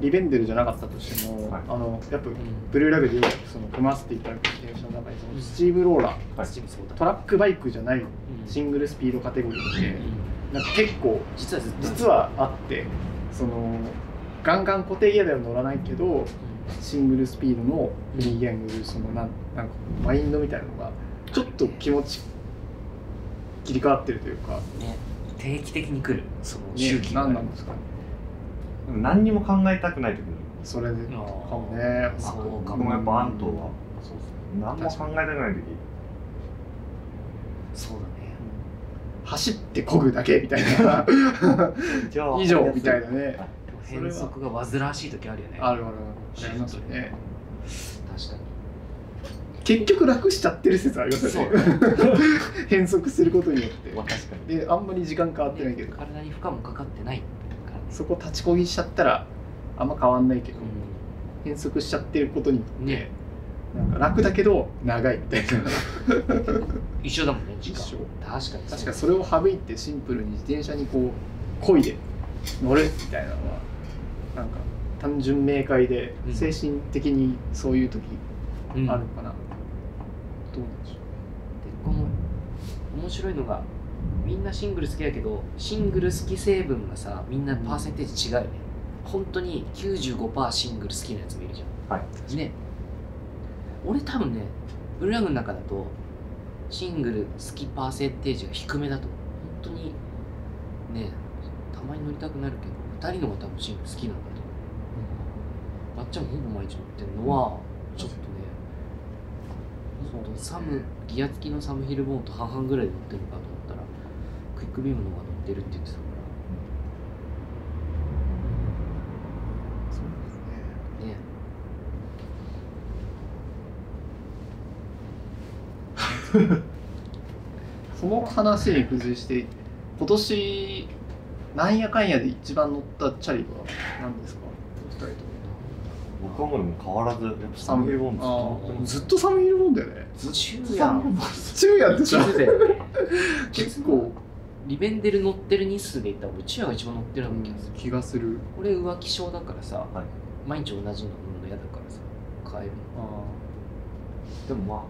Speaker 3: リベンデルじゃなかったとしても、
Speaker 2: はい
Speaker 3: あのやっぱブルーラグでよくその組ませていただく自転車の中にそのスチーブローラー
Speaker 2: はい
Speaker 1: チームそうだ
Speaker 3: トラックバイクじゃない
Speaker 1: うん
Speaker 3: シングルスピードカテゴリー
Speaker 1: う
Speaker 3: で
Speaker 1: ん
Speaker 3: なんか結構
Speaker 1: 実はずっと
Speaker 3: 実はあってそのガンガン固定ギアでは乗らないけどシングルスピードのフリーギャングルそのなんなんかマインドみたいなのがちょっと気持ち切り替わってるというか、
Speaker 1: ね定期的に来るその周
Speaker 3: ね、
Speaker 1: 期が
Speaker 3: 何なんですかね
Speaker 2: でも何にも考えたくない時に
Speaker 3: それ
Speaker 1: あ
Speaker 3: でか
Speaker 1: ー
Speaker 3: もね
Speaker 1: そうか
Speaker 2: 僕もやっぱ安藤は
Speaker 1: そう
Speaker 2: 何も考えたくない時
Speaker 1: そうだね
Speaker 3: 走ってこぐだけみた いな
Speaker 2: じゃあ
Speaker 3: 以上みたいなね
Speaker 1: でも変則が煩わしい時あるよね
Speaker 3: あるあるあるありますよね
Speaker 1: 確かに
Speaker 3: 結局楽しちゃってる説ありますよね変則することによ
Speaker 2: まあ
Speaker 3: っ
Speaker 2: 確かに
Speaker 3: てであんまり時間変わってないけど
Speaker 1: 体に負荷もかかってないからね
Speaker 3: そこ立ちこぎしちゃったらあんま変わんないけど
Speaker 1: う
Speaker 3: 変則しちゃってることによ
Speaker 1: ん
Speaker 3: っ
Speaker 1: ね
Speaker 3: てなんか楽だけど長いみたいな
Speaker 1: 一緒だもんね時間
Speaker 3: 一緒
Speaker 1: 確かに
Speaker 3: 確かそれを省いてシンプルに自転車にこう漕いで乗るみたいなのはなんか単純明快で
Speaker 1: うん
Speaker 3: 精神的にそういう時
Speaker 1: うん
Speaker 3: あるかな、どうなんでしょ
Speaker 1: でこの面白いのがみんなシングル好きやけどシングル好き成分がさみんなパーセンテージ違うよね、本当に95%シングル好きなやつもいるじゃん
Speaker 2: はい
Speaker 1: ね俺多分ねブルーラグの中だとシングル好きパーセンテージが低めだと思う本当にねたまに乗りたくなるけど2人の方が多分シングル好きなんだと思うまっちゃんもほぼ毎日乗ってるのはちょっとねそうサムギア付きのサムヒルボーンと半々ぐらいで乗ってるのかと思ったらクイックビームの方が乗ってるって言ってたか
Speaker 3: うそうですね
Speaker 1: らね
Speaker 3: その話に付随して今年なんやかんやで一番乗ったチャリは何ですかお二人とも
Speaker 2: 僕はもうでも変わらずやっぱサムイルボン
Speaker 3: あー
Speaker 2: ズ
Speaker 3: でもずっとサムヒルボンだよね
Speaker 1: 中やん
Speaker 3: 中やでしょ
Speaker 1: 中だよね
Speaker 3: 結構
Speaker 1: リベンデル乗ってる日数で言ったら俺中やが一番乗ってるような気がする
Speaker 3: 気がする
Speaker 1: 俺浮気症だからさ、
Speaker 2: はい
Speaker 1: 毎日同じの乗るの嫌だからさ変えるの
Speaker 2: でも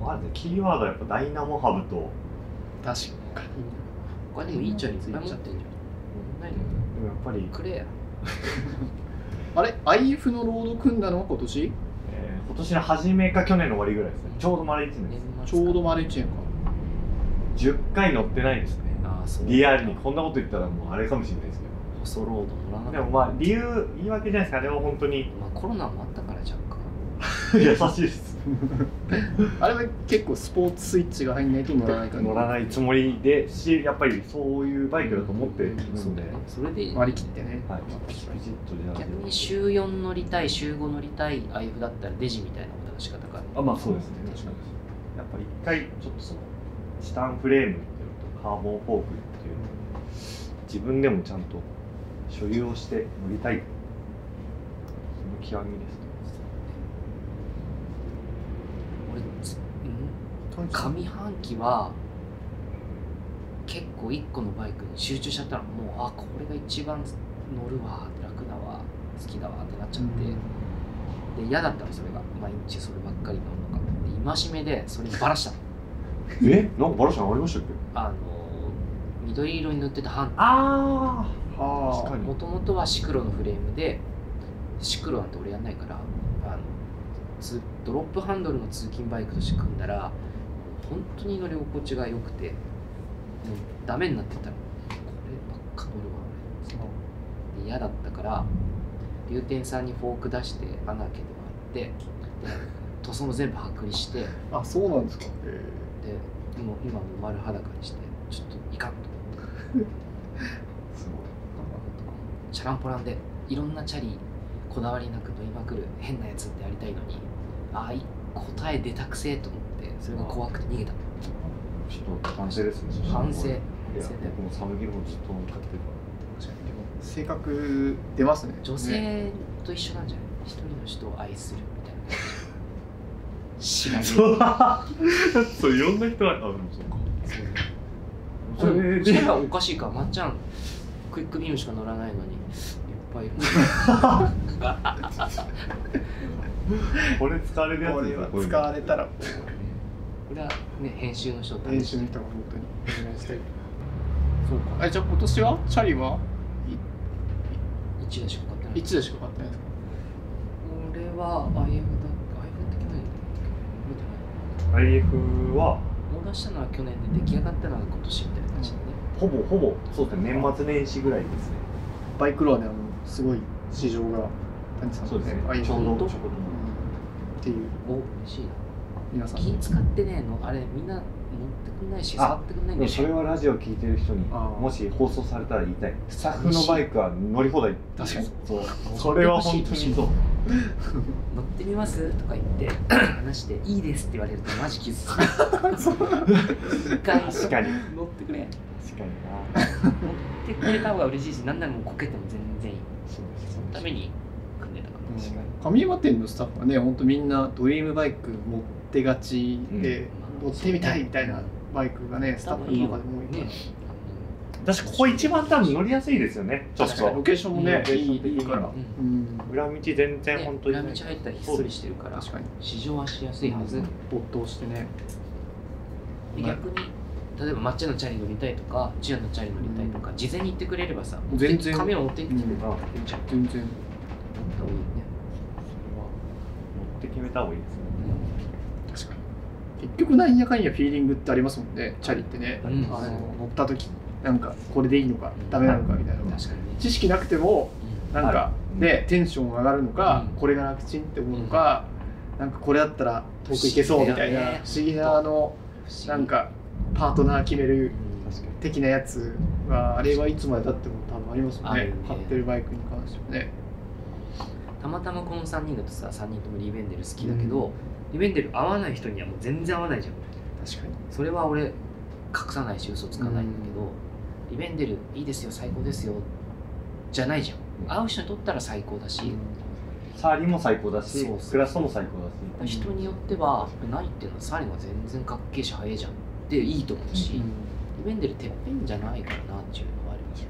Speaker 2: まああれねキーワードはやっぱダイナモハブと
Speaker 3: 確か
Speaker 1: 他にもいいチャリいっぱい持ってんじゃんないの
Speaker 2: でもやっぱり、
Speaker 1: くれや
Speaker 3: あれ IF のロード組んだのは今年
Speaker 2: えー今年の初めか去年の終わりぐらいですねちょうど丸1年
Speaker 1: 年
Speaker 2: で
Speaker 1: 末
Speaker 3: ちょうど丸1年か
Speaker 2: す10回乗ってないですね
Speaker 1: ああそう
Speaker 2: リアルにこんなこと言ったらもうあれかもしれないですけど
Speaker 1: 細ロード乗らな
Speaker 2: で
Speaker 1: かっ
Speaker 2: もまあ理由言い訳じゃないですかあれは本当に
Speaker 1: たまあコロナもあったから若干
Speaker 2: 優しいです
Speaker 3: あれは結構スポーツスイッチが入んないと乗らない感じ
Speaker 2: 乗らないつもりでしやっぱりそういうバイクだと思ってるので、
Speaker 1: それで
Speaker 3: 割り切ってね
Speaker 2: はい、ピチッとじゃなくて
Speaker 1: 逆に週4乗りたい週5乗りたい IF だったらデジみたいなことの仕方がある
Speaker 2: あまあそうですね確かにやっぱり一回ちょっとそのチタンフレームっていうのとカーボンフォークっていうのを自分でもちゃんと所有をして乗りたいその極みですね
Speaker 1: 俺つうん上半期は結構1個のバイクに集中しちゃったらもうあこれが一番乗るわ楽だわ好きだわってなっちゃって、で嫌だったのそれが毎日そればっかり乗るのかで戒めでそれにばらしたの
Speaker 2: えなんかバラシャンありましたっけ
Speaker 1: あの緑色に塗ってたハン
Speaker 2: あ
Speaker 3: はあ
Speaker 2: 確かに
Speaker 1: もともとはシクロのフレームでシクロなんて俺やんないからあのつドロップハンドルの通勤バイクとして組んだら本当に乗り心地が良くてもうダメになってたらこればっか乗るわ俺で嫌だったから龍天さんにフォーク出して穴開けてもらってで塗装も全部剥離してで
Speaker 3: あそうなんですかえ
Speaker 1: もう今もう丸裸にしてちょっといかんと
Speaker 2: あすご
Speaker 1: チャランポランでいろんなチャリこだわりなく乗りまくる変なやつってやりたいのにああい答え出たくせえと思ってそれが怖くて逃げた
Speaker 2: いちょっと反省ですね
Speaker 1: 反省
Speaker 2: いや
Speaker 1: 反省だよ
Speaker 2: 僕もサムギルもずっと買ってるから
Speaker 3: 確かにでも性格出ますね
Speaker 1: 女性と一緒なんじゃない一人の人を愛するみたいな感じ知らねえ
Speaker 2: そう そういろんな人があでもそうか
Speaker 1: そ
Speaker 2: それ
Speaker 1: う
Speaker 2: で
Speaker 1: したらおかしいからまっちゃんクイックビームしか乗らないのにいっぱいい る
Speaker 2: これ使われるやつ
Speaker 3: こ
Speaker 2: です
Speaker 3: れ
Speaker 2: よ
Speaker 3: は
Speaker 2: こういうの
Speaker 3: 使われたら
Speaker 1: これはね編集の人と
Speaker 3: 練習の人が本当にお願いしたい
Speaker 1: そうか
Speaker 3: あじゃあ今年はチャリは
Speaker 1: 一台しか買ってない
Speaker 3: いつでしか買ってないですか
Speaker 1: 俺は IF だ IF って去年だ見てない
Speaker 2: IF は
Speaker 1: オーダーしたのは去年で出来上がったのは今年みたいな感じでね、
Speaker 2: ほぼほぼそうですね年末年始ぐらいですね
Speaker 3: バイクロアであのすごい市場が谷さんあい
Speaker 2: ちょう
Speaker 1: ほ
Speaker 2: ど
Speaker 1: んと
Speaker 2: ちょう
Speaker 3: うんっていう
Speaker 1: お嬉しいな
Speaker 3: 皆さん
Speaker 1: 気使ってねえのあれみんな持ってくんないし
Speaker 2: あ
Speaker 1: 触ってくんない
Speaker 2: ど
Speaker 1: んだ
Speaker 2: でも
Speaker 1: よ
Speaker 2: それ
Speaker 1: ね
Speaker 2: はラジオ聞いてる人に
Speaker 3: あー
Speaker 2: もし放送されたら言いたいスタッフのバイクは乗り放題
Speaker 3: 確かに
Speaker 2: そうそれは本当にそう
Speaker 1: 乗ってみますとか言って話していいですって言われるとマジ傷つく一回
Speaker 2: 確か
Speaker 1: 乗
Speaker 2: に
Speaker 1: ってくれ
Speaker 2: 確かにな
Speaker 1: 乗ってくれた方が嬉しいしなんならもうこけても全然いい
Speaker 2: そうです
Speaker 1: そのために組んでたから、
Speaker 2: 確かに
Speaker 3: 神山店のスタッフはね本当みんなドリームバイク持ってがちで、
Speaker 1: うん
Speaker 3: 乗ってみたいみたいなバイクがねスタ
Speaker 1: 多
Speaker 3: ッ
Speaker 1: 分
Speaker 3: フ
Speaker 1: いいよ
Speaker 3: の中でも多いから
Speaker 1: ね
Speaker 2: 私ここ一番多分乗りやすいですよねちょっ
Speaker 3: 確かにロ
Speaker 2: と
Speaker 3: ケーションもね、
Speaker 2: うん
Speaker 3: いいいいから
Speaker 1: う、ん
Speaker 3: うん、
Speaker 2: 裏道全然
Speaker 1: ね
Speaker 2: 本当に
Speaker 1: 裏道入ったらひっそりしてるから
Speaker 3: 確かに
Speaker 1: 試乗はしやすいはず、
Speaker 3: 没頭してね
Speaker 1: で逆に例えば抹茶のチャリ乗りたいとかチアのチャリ乗りたいとか、事前に言ってくれればさ
Speaker 3: 全然
Speaker 1: 紙を持ってきてくれた
Speaker 2: うん
Speaker 1: らいいじゃん
Speaker 3: 全然
Speaker 1: 多いよね
Speaker 2: 乗って決めた方がいいですね
Speaker 3: 確かに結局なんやかんやフィーリングってありますもんねチャリってね、
Speaker 1: うん
Speaker 3: あの乗った時なんかこれでいいのかダメなのかみたいな、
Speaker 1: 確かにね、
Speaker 3: 知識なくてもなんか
Speaker 2: は
Speaker 3: ね、テンション上がるのか、
Speaker 1: うん
Speaker 3: これが楽ちんって思うのか、なんかこれだったら遠く行けそうみたいな不
Speaker 1: 不
Speaker 3: 思
Speaker 1: 思
Speaker 3: 議
Speaker 1: 議だよね
Speaker 3: なあの
Speaker 1: 不思議
Speaker 3: なんかパートナー決め
Speaker 1: う
Speaker 3: る
Speaker 1: ん
Speaker 2: 確かに
Speaker 3: 的なやつはあれはいつまでたっても多分ありますもん
Speaker 1: ある
Speaker 3: ね
Speaker 1: よね
Speaker 3: 買ってるバイクに関してもね
Speaker 1: たまたまこの3人だとさ3人ともリベンデル好きだけど、リベンデル合わない人にはもう全然合わないじゃん
Speaker 3: 確かに
Speaker 1: それは俺隠さないし嘘つかないんだけど、リベンデルいいですよ最高ですよじゃないじゃん会う人にとったら最高だし、
Speaker 2: サーリンも最高だし
Speaker 1: そうそう
Speaker 2: クラストも最高だし
Speaker 1: 人によっては何言ってんのサーリンは全然かっけえし早いじゃんでいいと思うし、リベンデルてっぺんじゃないからなっていうのはあります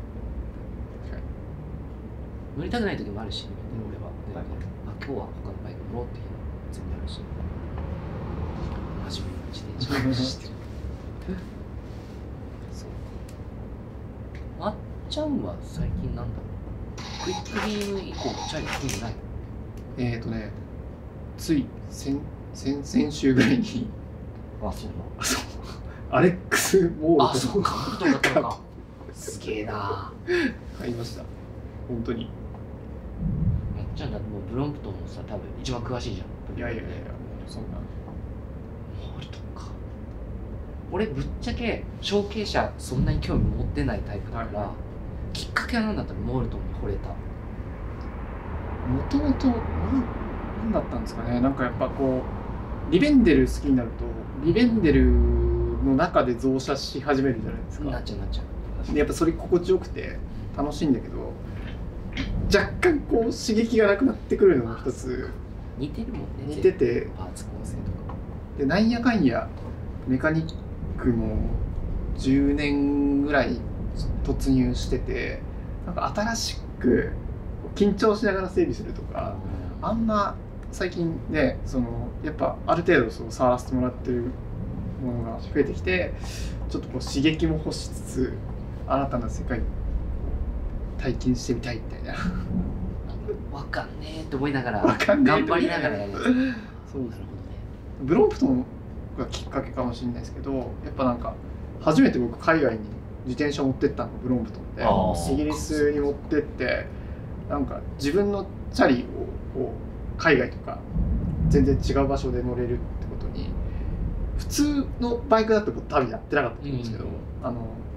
Speaker 1: 乗りたくない時もあるし、俺は、
Speaker 2: はい
Speaker 1: あ今日は他のバイク乗ろうっていうのも全然あるし初めて自転車の話してるそうまっちゃんは最近なんだろうクイックビーム以降チャイナ組んでない
Speaker 3: えっ、ー、とねつい先先先週ぐらいに
Speaker 2: あそう
Speaker 3: アレックス・モ
Speaker 1: あ
Speaker 3: ー
Speaker 1: そう
Speaker 3: ル
Speaker 1: かどうだったのか すげえな
Speaker 3: 買いました本当に
Speaker 1: まっちゃんだってもうブロンプトンもさ多分一番詳しいじゃん
Speaker 3: いやいやいやいやそんな
Speaker 1: モールトンか俺ぶっちゃけ承継者そんなに興味持ってないタイプだから、
Speaker 3: はいは
Speaker 1: きっかけは何だったのモールトンに惚れた
Speaker 3: もともと何だったんですかねなんかやっぱこうリベンデル好きになるとリベンデルの中で増車し始めるじゃないです
Speaker 1: なっ
Speaker 3: か
Speaker 1: ちゃうなっちゃう
Speaker 3: でやっぱそれ心地よくて楽しいんだけど若干こう刺激がなくなってくるのも一つ
Speaker 1: 似てるもんね
Speaker 3: 似てて
Speaker 1: パーツ構成とか
Speaker 3: でなんやかんやメカニックも10年ぐらい突入しててなんか新しく緊張しながら整備するとかあんま最近ねそのやっぱある程度その触らせてもらってるものが増えてきてちょっとこう刺激も欲しつつ新たな世界を体験してみたいみたいな
Speaker 1: わかんねえって思いながら
Speaker 3: わかんねえ
Speaker 1: 頑
Speaker 3: と思
Speaker 1: 張
Speaker 3: い
Speaker 1: り
Speaker 3: な
Speaker 1: な
Speaker 3: が
Speaker 1: が
Speaker 3: ら
Speaker 1: らやるやつ
Speaker 3: そう
Speaker 1: なるほどね
Speaker 3: ブロンプトンがきっかけかもしれないですけどやっぱなんか初めて僕海外に自転車持ってったのがブロンプトンで
Speaker 2: あー
Speaker 3: イギリスに持ってってなんか自分のチャリをこう海外とか全然違う場所で乗れるってことに普通のバイクだと僕多分やってなかったと思うんですけど、
Speaker 1: うん
Speaker 3: あの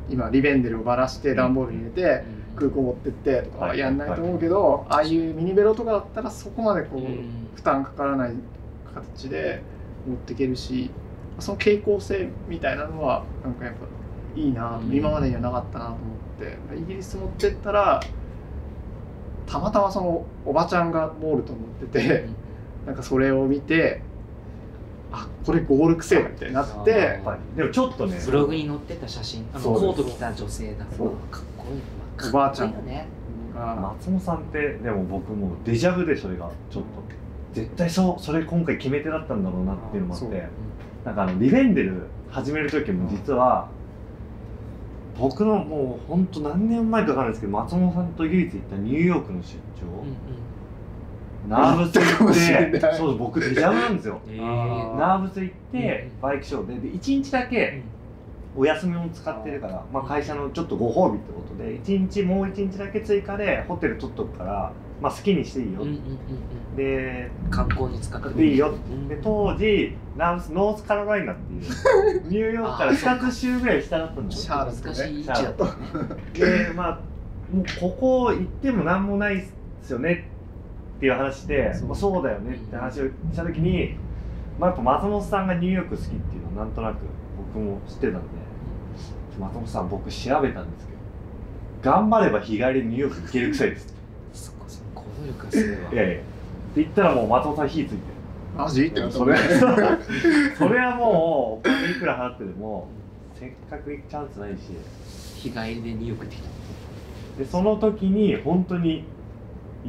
Speaker 3: 今リベンデルをばらして段ボールに入れて、空港持ってってとかはやんないと思うけど、ああいうミニベロとかだったらそこまでこう、
Speaker 1: うん
Speaker 3: 負担かからない形で持っていけるしその傾向性みたいなのはなんかやっぱいいなと、
Speaker 1: うん
Speaker 3: 今までにはなかったなと思ってイギリス持ってったらたまたまそのおばちゃんがボールと持ってて、
Speaker 1: うん
Speaker 3: なんかそれを見てあこれゴールくせえなみたいになって
Speaker 1: あー
Speaker 2: はいでもちょっとね
Speaker 1: ブログに載ってた写真あの
Speaker 2: そう
Speaker 1: コー
Speaker 2: です
Speaker 1: ト着た女性だ
Speaker 2: そう
Speaker 1: かっこいいまかっこいいよね
Speaker 3: おばあちゃんが
Speaker 2: 松本さんってでも僕もうデジャブでそれがちょっと絶対そうそれ今回決め手だったんだろうなっていうのもあっ
Speaker 3: あ
Speaker 2: て
Speaker 3: ー
Speaker 2: なんかあのリベンデル始める時も実は僕のもうほんと何年前かわかんないですけど松本さんと唯一行ったニューヨークの出
Speaker 1: うんう
Speaker 2: 張、ナーブス
Speaker 3: かもしれ
Speaker 2: 行っ
Speaker 3: な
Speaker 2: て
Speaker 3: い
Speaker 2: そう僕デジャブなんですよ
Speaker 1: んうん
Speaker 3: あ
Speaker 2: ナーブス行って
Speaker 1: うん
Speaker 2: バイクショーでで1日だ
Speaker 1: えー
Speaker 2: けお休みも使ってるから、まあ、会社のちょっとご褒美ってことで1日もう1日だけ追加でホテル取っとくから、まあ、好きにしていいよ、
Speaker 1: うんうんうん
Speaker 2: で
Speaker 1: うん観光に使って
Speaker 2: でいいよ
Speaker 1: うん
Speaker 2: で当時ナーブスノースカロライナっていう ニューヨークから2つ州ぐらい下だ ったんですよ
Speaker 1: ちょっと難しい位置だったね
Speaker 2: でまあもうここ行っても何もないっすよねっていう話で
Speaker 3: そ
Speaker 2: そうう,、まあ、そうだよねって話をした時に、まあ、やっぱ松本さんがニューヨーク好きっていうのはなんとなく僕も知ってたんで松本さん僕調べたんですけど頑張れば日帰りでニューヨーク行けるくさいです
Speaker 1: そこそこ行動力がすごいわ
Speaker 2: いやいやって言ったらもう松本さん火ついて
Speaker 3: マジってな
Speaker 2: る
Speaker 3: った
Speaker 2: それそれ はもうお金いくら払ってでもせっかく行くチャンスないし
Speaker 1: 日帰りでニューヨークできた
Speaker 2: でその時に本当に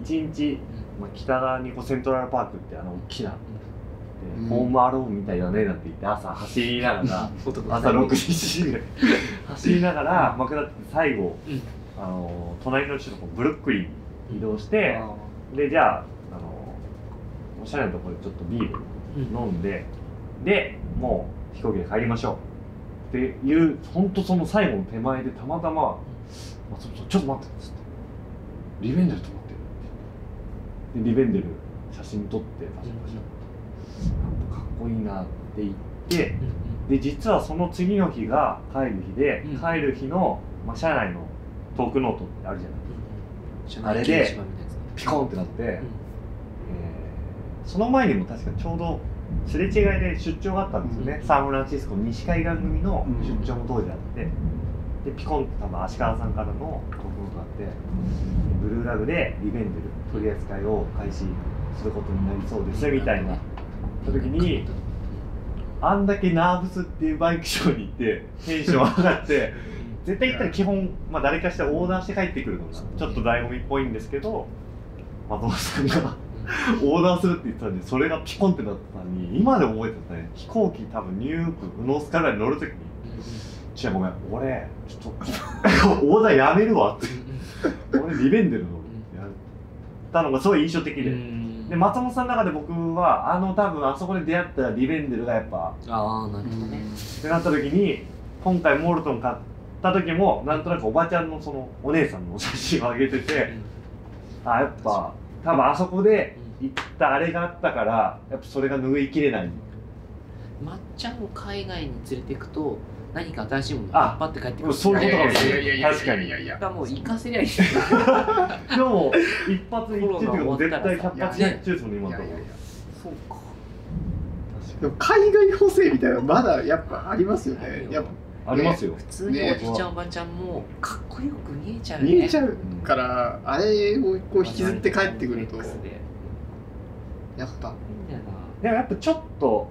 Speaker 2: 1日、まあ、北側にこうセントラルパークってあの大きな、で
Speaker 3: うん
Speaker 2: ホームアローンみたいだねなんて言って朝走りなが ら朝6時7時ぐらい走りながら、まあ、下って最後、
Speaker 1: うん
Speaker 2: あの隣のちょっとこうブルックリンに移動して、でじゃああのおしゃれなところでちょっとビール
Speaker 1: うん
Speaker 2: 飲んででもう飛行機で帰りましょうっていう本当その最後の手前でたまたま「松本さんちょっと待って」っつって「リベンデルと思ってる」ってでリベンデル写真撮ってパシャパシャかっこいいなって言って
Speaker 1: うん
Speaker 2: で実はその次の日が帰る日で、
Speaker 1: うん
Speaker 2: 帰る日の、まあ、社内のトークノートってあるじゃ
Speaker 1: うん
Speaker 2: ない
Speaker 1: うん
Speaker 2: あれで
Speaker 1: 社内掲示板みたいなやつね
Speaker 2: ピコンってなって、えーその前にも確かちょうどすれ違いで出張があったんですよね、サンフランシスコ西海岸組の
Speaker 3: うん
Speaker 2: 出張も当時あって、でピコンって多分足川さんからの告白があってブルーラグでリベンジル取り扱いを開始することになりそうですみたいなた時にあんだけナーブスっていうバイクショーに行ってテンション上がって絶対行ったら基本、まあ、誰かしらオーダーして帰ってくるのがちょっと醍醐味っぽいんですけど松本さんがオーダーするって言ってたんでそれがピコンってなったのに今でも覚えてますね飛行機多分ニューヨークノースカロライナに乗るときに「ちやごめん俺ちょっと オーダーやめるわ」って「俺リベンデルの」やったのがすごい印象的で。で松本さんの中で僕はあの多分あそこで出会ったリベンデルがやっぱ
Speaker 1: ああなるほどね
Speaker 2: ってなった時に今回モルトン買った時もなんとなくおばちゃんのそのお姉さんのお写真をあげててあやっぱ多分あそこで行ったあれがあったからやっぱそれが拭いきれない
Speaker 1: まっちゃんを海外に連れていくと何か新しいものを引っ張って帰ってくる
Speaker 2: そういうことかもし
Speaker 4: いやいや
Speaker 2: れ
Speaker 4: い
Speaker 2: な
Speaker 4: や
Speaker 2: い確かに
Speaker 4: いやいや
Speaker 1: だからもう行かせりゃいい
Speaker 2: でも一発で一中っていうかもう絶対百発百中ですもんね今
Speaker 4: い
Speaker 2: のと
Speaker 4: や
Speaker 2: こ
Speaker 4: いやいや
Speaker 1: そうか
Speaker 3: でも海外補正みたいなのまだやっぱありますよねやっ
Speaker 2: ろありますよ
Speaker 1: 普通におじいちゃんおばあちゃんもかっこよく見えちゃ
Speaker 3: ぱ
Speaker 1: うね
Speaker 3: 見えちゃ
Speaker 1: う
Speaker 3: うからあれをこう引きずって帰ってくると
Speaker 1: いいんだよ
Speaker 3: やっぱ
Speaker 1: な
Speaker 2: でもやっぱちょっと、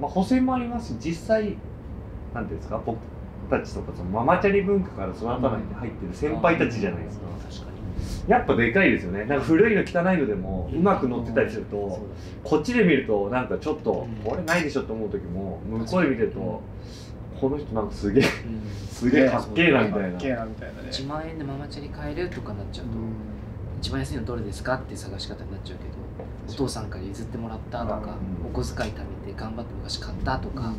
Speaker 2: まあ、補正もありますし実際なんていうんですか僕たちとかそのママチャリ文化から育たないで入ってる先輩たちじゃないですか、
Speaker 1: 確かに
Speaker 2: やっぱでかいですよねなんか古いの汚いのでもうまく乗ってたりすると、
Speaker 1: そう
Speaker 2: こっちで見るとなんかちょっと、
Speaker 1: うん
Speaker 2: 俺ないでしょって思う時も向こうで見てると、この人なんかすげえ
Speaker 1: だねうん
Speaker 2: すげえかっけえなみたい
Speaker 3: か
Speaker 2: な
Speaker 3: っけえなみたいなね
Speaker 1: 1万円でママチャリ買えるとかなっちゃうと、一番安いのどれですかって探し方になっちゃうけどお父さんから譲ってもらったとか、
Speaker 2: うん
Speaker 1: お小遣い貯めて頑張って昔買ったとか,、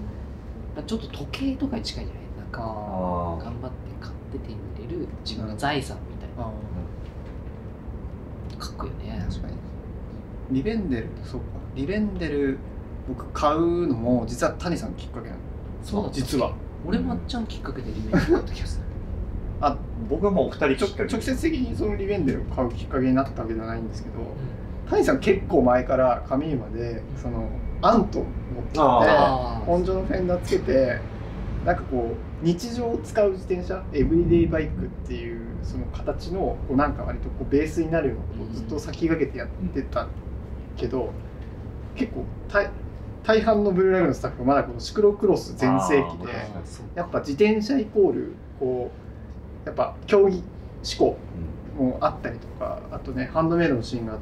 Speaker 1: ちょっと時計とかに近いじゃないなんか
Speaker 2: あ
Speaker 3: あ
Speaker 2: ー
Speaker 1: 頑張って買って手に入れる自分の財産みたい
Speaker 3: あ
Speaker 1: なかっこいいよね
Speaker 3: 確かにリベンデルそうかリベンデル僕買うのも実は谷さんきっかけなの
Speaker 1: そうだった
Speaker 3: 実は
Speaker 1: 俺まっちゃんきっかけでリベンジだった気がする
Speaker 3: あ
Speaker 2: 僕はもうお二人
Speaker 3: ちょ
Speaker 2: きっかけ
Speaker 3: 直接的にそのリベンデルを買うきっかけになったわけじゃないんですけど
Speaker 1: うん
Speaker 3: 谷さん結構前から上馬でそのアントを持って
Speaker 2: あ
Speaker 1: あー
Speaker 3: 本所のフェンダーつけてなんかこう日常使う自転車エブリデイバイクっていうその形のこうなんか割とこうベースになるようなことをずっと先駆けてやってたけど、結構大大半のブルーラグのスタッフはまだこのシクロクロス全盛期
Speaker 2: あ
Speaker 3: で
Speaker 2: ー
Speaker 1: そう
Speaker 3: やっぱ自転車イコールこうやっぱ競技志向もあったりとかあとねハンドメイドのシーンが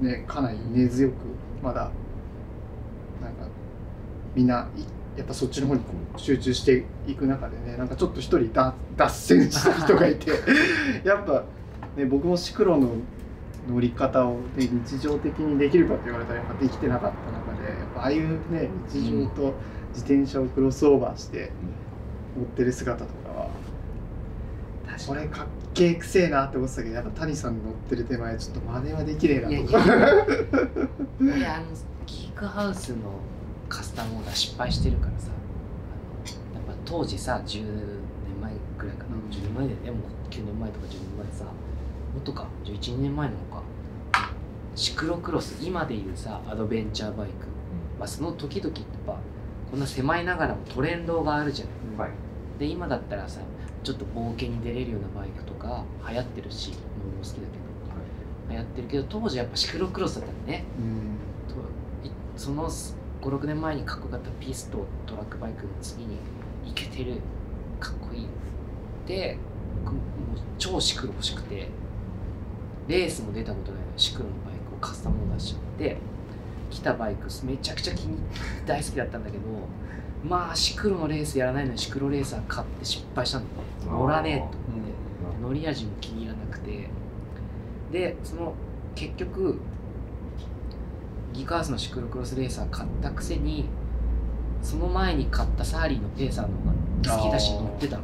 Speaker 3: ねかなり根強くまだなんかみんないやっぱそっちの方にこう集中していく中でねなんかちょっと一人だ脱線した人がいてやっぱ、ね、僕もシクロの乗り方を、ね、日常的にできるかと言われたらやっぱできてなかった中でやっぱああいうね日常と自転車をクロスオーバーして乗ってる姿とかは
Speaker 1: 確
Speaker 3: こ
Speaker 1: か
Speaker 3: れかっけえくせえなって思ってたけどやっぱ谷さん乗ってる手前ちょっと真似はできねえ
Speaker 1: にいや
Speaker 3: ないとか
Speaker 1: や俺あのギークハウスのカスタムオーダー失敗してるからさあのやっぱ当時さ10年前くらいかな、
Speaker 3: うん
Speaker 1: 10年前だよねもう9年前とか10年前さもっとか11年前なのかシクロクロス今でいうさアドベンチャーバイク、まあ、その時々ってやっぱこんな狭いながらもトレンドがあるじゃない
Speaker 2: はい
Speaker 1: で今だったらさちょっと冒険に出れるようなバイクとか流行ってるし俺も好きだけど、流行ってるけど当時やっぱシクロクロスだったのね
Speaker 3: うん
Speaker 1: といその56年前にかっこよかったピストトラックバイクの次にイケてるかっこいいで僕もう超シクロ欲しくてレースも出たことないのにシクロのバイクをカスタムオーダーしちゃって来たバイクめちゃくちゃ気に入って大好きだったんだけどまあシクロのレースやらないのにシクロレーサー買って失敗したんだよね乗らねえと思って。乗り味も気に入らなくてでその結局ギカースのシクロクロスレーサー買ったくせにその前に買ったサーリーのペーサーの方が好きだし
Speaker 3: あー
Speaker 1: 乗ってたの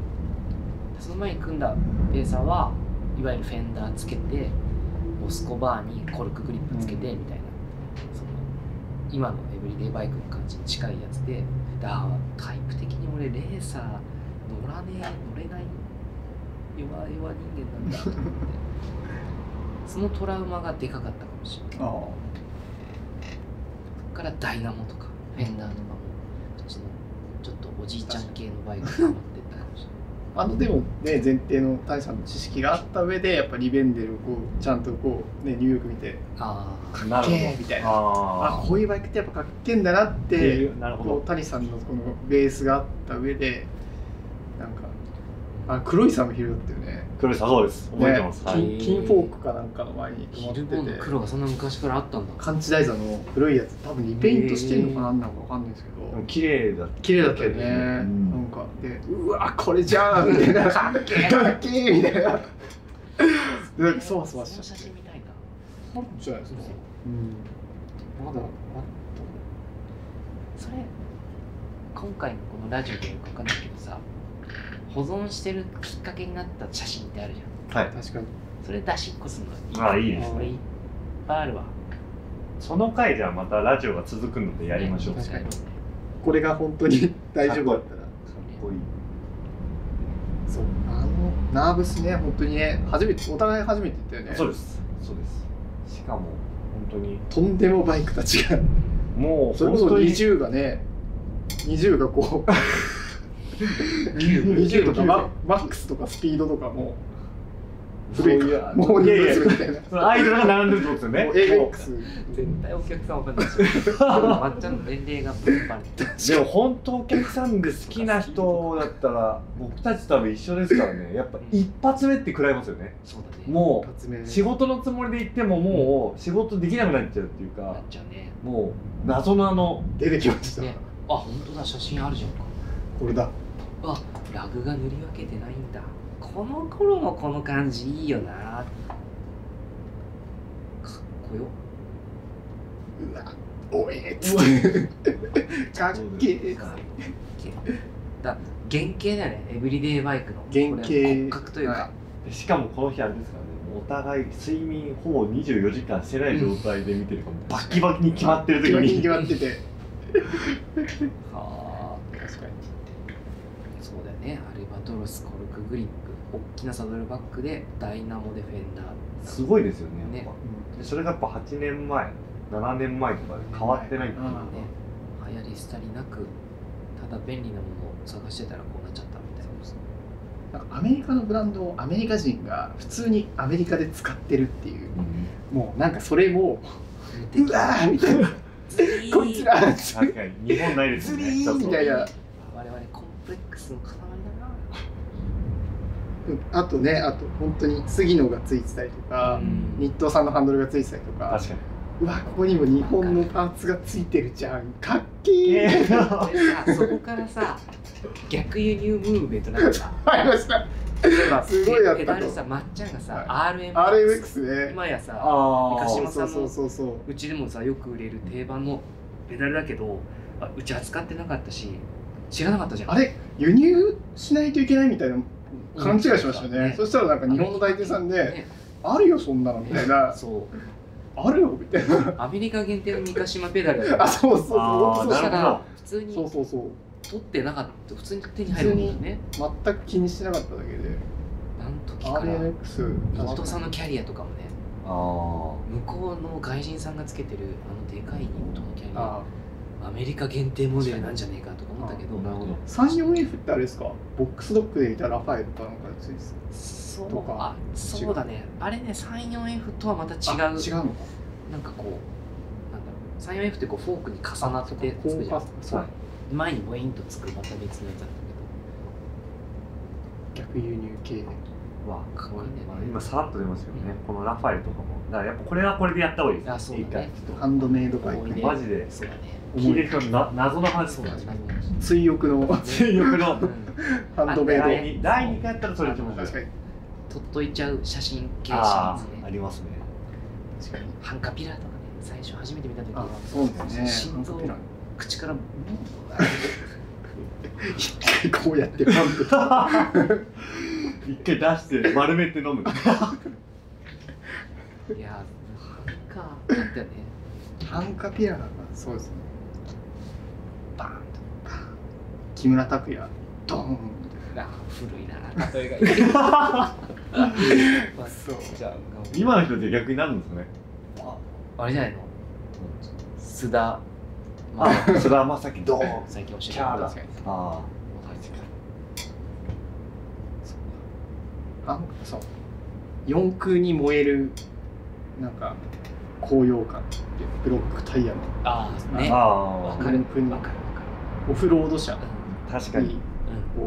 Speaker 1: その前に組んだペーサーはいわゆるフェンダーつけてボスコバーにコルクグリップつけてみたいな、その今のエブリデイバイクの感じに近いやつでだタイプ的に俺レーサー乗らねえ乗れない弱弱人間なんだと思ってそのトラウマがでかかったかもしれない
Speaker 3: ああ
Speaker 1: そっからダイナモとかフェンダーとかもうちのちょっとおじいちゃん系のバイクを持ってったかもしれない
Speaker 3: あのでもね前提の谷さんの知識があった上でやっぱリベンデルをこうちゃんとこうねニューヨーク見て
Speaker 1: ああ
Speaker 2: な
Speaker 3: 「けー」みたいなあ
Speaker 2: あー
Speaker 3: こういうバイクってやっぱかっけえんだなっ
Speaker 2: ってい
Speaker 3: て
Speaker 2: うなるほ
Speaker 3: こ
Speaker 2: ど
Speaker 3: う谷さんのこのベースがあった上でなんかあ黒いさんも昼だったよね
Speaker 2: 黒井さんそうです覚えてます、
Speaker 3: ね
Speaker 2: はい
Speaker 3: 金金フォークかなんかの前に泊まっ
Speaker 1: 昼ボン
Speaker 3: て
Speaker 1: の
Speaker 3: て
Speaker 1: 黒がそんな昔からあったんだ
Speaker 3: カンチ台座の黒いやつ多分リペイントしてるのかななんかわかんないですけど
Speaker 2: でも綺麗だった
Speaker 3: 綺麗だったよね、
Speaker 2: うん
Speaker 3: なんかでうわこれじゃんみたいなかっけえかっけえみたい なでなんかそわそわし
Speaker 1: その写
Speaker 3: ちゃっ
Speaker 1: 真
Speaker 3: て
Speaker 1: 見たいな
Speaker 3: あるんじゃないですかうん
Speaker 1: まだあったそれ今回のこのラジオでよくわかんないけどさ保存してるきっかけになった写真ってあるじゃん
Speaker 2: はい
Speaker 3: 確かに
Speaker 1: それ出しっこするの
Speaker 2: ああ
Speaker 1: い
Speaker 2: いい
Speaker 1: い
Speaker 2: です
Speaker 1: これ
Speaker 2: ね
Speaker 1: いっぱいあるわ
Speaker 2: その回じゃあまたラジオが続くのでやりましょう、
Speaker 1: ね
Speaker 2: かっ
Speaker 1: 確かに
Speaker 3: これが本当に 大丈夫だったら
Speaker 2: こいい
Speaker 3: そうあのナーブスね本当にね初めてお互い初めて行った
Speaker 2: そ
Speaker 3: よ
Speaker 2: う
Speaker 3: ね
Speaker 2: ですそうですしかも本当に
Speaker 3: とんでもバイクたちが
Speaker 2: もう
Speaker 3: それこ
Speaker 2: 本
Speaker 3: そ
Speaker 2: 当に
Speaker 3: 20がね20が こう20とかママックスとかスピードとかも古い
Speaker 2: そう
Speaker 3: から
Speaker 2: や
Speaker 3: もう
Speaker 2: いやい
Speaker 3: 2
Speaker 2: や
Speaker 3: ブスみたいな
Speaker 2: そのアイドルが並んでるってこと
Speaker 3: もう
Speaker 2: ですよねも
Speaker 3: AX
Speaker 1: 絶対お客さんわかんないし まっちゃんの年齢がバレバレ
Speaker 2: うでも本当お客さんで好きな人だったら僕たちと多分一緒ですからねやっぱ一発目って食らいますよね
Speaker 1: そうだね
Speaker 2: も
Speaker 3: 発明
Speaker 2: う仕事のつもりで行ってももう仕事できなくなっちゃうっていう
Speaker 1: な
Speaker 2: か
Speaker 1: っちゃうね
Speaker 2: もう謎のあの
Speaker 3: 出てきました、
Speaker 1: ねあ本当だ写真あるじゃんか
Speaker 3: これだ
Speaker 1: あラグが塗り分けてないんだこの頃のこの感じいいよなかっこよ
Speaker 3: うわおえっつって かっけえ
Speaker 1: だ原型だよねエブリデイバイクの
Speaker 3: 原型
Speaker 1: これ骨格というか、
Speaker 3: は
Speaker 2: しかもこの日あれですからねお互い睡眠ほぼ24時間してない状態で見てるから、バッキバキに決まってる時
Speaker 3: 決まっ
Speaker 2: に
Speaker 3: て 決まってて
Speaker 1: はあ
Speaker 3: 確かに
Speaker 1: そうだよねアルバトロスコルクグリップ大きなサドルバックでダイナモでフェンダー
Speaker 2: すごいですよね
Speaker 1: ね
Speaker 2: やっぱでそれがやっぱ8年前7年前とかで変わってないっていう
Speaker 3: うん
Speaker 1: ね流行り廃りなくただ便利なものを探してたらこうなっちゃったみたいな
Speaker 3: なんかアメリカのブランドをアメリカ人が普通にアメリカで使ってるっていうもうなんかそれもうわーみたいな こいつら
Speaker 2: 確かに日本ないですよ
Speaker 3: ズリ
Speaker 2: ね
Speaker 3: ー
Speaker 2: ちょっと
Speaker 3: みたいな
Speaker 1: 我々コンプレックスの塊だ
Speaker 3: あとねあと本当に杉野がついてたりと
Speaker 1: な
Speaker 3: か、日東さんのハンドルがついてたりとか
Speaker 2: 確かに
Speaker 3: うわここにも日本のパーツがついてるじゃんかっけえ、
Speaker 1: でさそこからさ逆輸入ムーブメントなんかさ
Speaker 3: ありました すごいやったと
Speaker 1: ペダルさまっちゃんがさ、RMX
Speaker 3: RMX ね
Speaker 1: 今やさ
Speaker 2: あ
Speaker 1: 昔も
Speaker 3: そうそうそうそう
Speaker 1: うちでもさよく売れる定番のペダルだけどあうち扱ってなかったし知らなかったじゃん
Speaker 3: あれ輸入しないといけないみたいな勘違いしましたよね,、
Speaker 1: ね
Speaker 3: そしたらなんか日本の大手さんで、
Speaker 1: ね
Speaker 3: あるよそんなのみた いな
Speaker 1: そう
Speaker 3: あるよみたいな
Speaker 1: アメリカ限定の三ヶ島ペダルだ
Speaker 3: あ
Speaker 1: った
Speaker 3: そうそうそう
Speaker 2: あー
Speaker 3: そう
Speaker 1: だ
Speaker 2: な
Speaker 1: か
Speaker 2: るほ
Speaker 1: ら
Speaker 2: ど
Speaker 1: 普通に
Speaker 3: そうそうそう
Speaker 1: 取ってなかった普通に手に入るもんだよね
Speaker 3: 全く気にしてなかっただけで
Speaker 1: あの時から
Speaker 3: RMX
Speaker 1: 伊藤さんのキャリアとかもね
Speaker 2: あ
Speaker 1: 向こうの外人さんがつけてるあのでかいニットのキャリア
Speaker 3: あ
Speaker 1: アメリカ限定モデルなんじゃねえかとか思ったけど
Speaker 2: ーなるほど
Speaker 3: 34F ってあれですかボックスドッグでいたラファエルかなんかについてた
Speaker 1: そう
Speaker 3: とか
Speaker 1: あそうだねあれね 34F とはまた違
Speaker 3: あ
Speaker 1: う
Speaker 3: 違うのか
Speaker 1: なんかこうなんだろう 34F ってこうフォークに重なって
Speaker 3: こ
Speaker 1: つく
Speaker 3: う
Speaker 1: じゃ
Speaker 3: か
Speaker 1: ん
Speaker 3: そう、
Speaker 2: はい
Speaker 1: 前にボインとつくまた別のやつだっ
Speaker 3: 逆輸入系で
Speaker 2: わ
Speaker 1: かっこいいね
Speaker 2: まあ今さらっと出ますけどねこのラファエルとかもだからやっぱこれはこれでやった方がいいです
Speaker 1: あそうだね
Speaker 2: 一回
Speaker 3: ハンドメイドバイ
Speaker 1: 多
Speaker 3: ク
Speaker 1: いね
Speaker 3: ね
Speaker 2: マジで
Speaker 1: たけどそうだね
Speaker 2: 聞いてる人のな謎の話
Speaker 1: そうだね
Speaker 3: 追憶の
Speaker 2: 性欲の
Speaker 1: うん
Speaker 3: ハンドメイド
Speaker 1: あ
Speaker 2: 第二第2回やったらそれ一番面白い
Speaker 3: 確かに
Speaker 1: 取っといちゃう写真系シリー
Speaker 2: あ
Speaker 1: ズ
Speaker 2: ああ
Speaker 1: ね
Speaker 2: りますね
Speaker 3: 確かに
Speaker 1: ハンカピラーとかね最初初めて見た時
Speaker 3: あそうですね
Speaker 1: 心臓
Speaker 3: ハンドメイド
Speaker 1: 口からブー
Speaker 3: こうやってパンプ
Speaker 2: 一回出して丸めて飲む
Speaker 1: いやーハンカーだったよね
Speaker 3: ハンカピアだなそうですねバーンとバーン木村拓哉ドーンみたい
Speaker 1: な古いな例えが
Speaker 3: なそう
Speaker 1: じゃあ
Speaker 2: 今の人って逆になるんですね
Speaker 1: あれじゃないの須田まあ、
Speaker 2: あ、菅田将暉ドーン
Speaker 1: 最近教えて
Speaker 2: キャーだ
Speaker 1: 確かに
Speaker 2: あ
Speaker 3: あそう四空に燃えるなんか高揚感ってブロックタイヤの
Speaker 1: ああ
Speaker 2: ー、
Speaker 1: ねわ
Speaker 2: あ
Speaker 1: かる
Speaker 3: 四駆に
Speaker 1: わかるわかる
Speaker 3: オフロード車
Speaker 2: ー確かに
Speaker 3: に
Speaker 1: う
Speaker 3: こ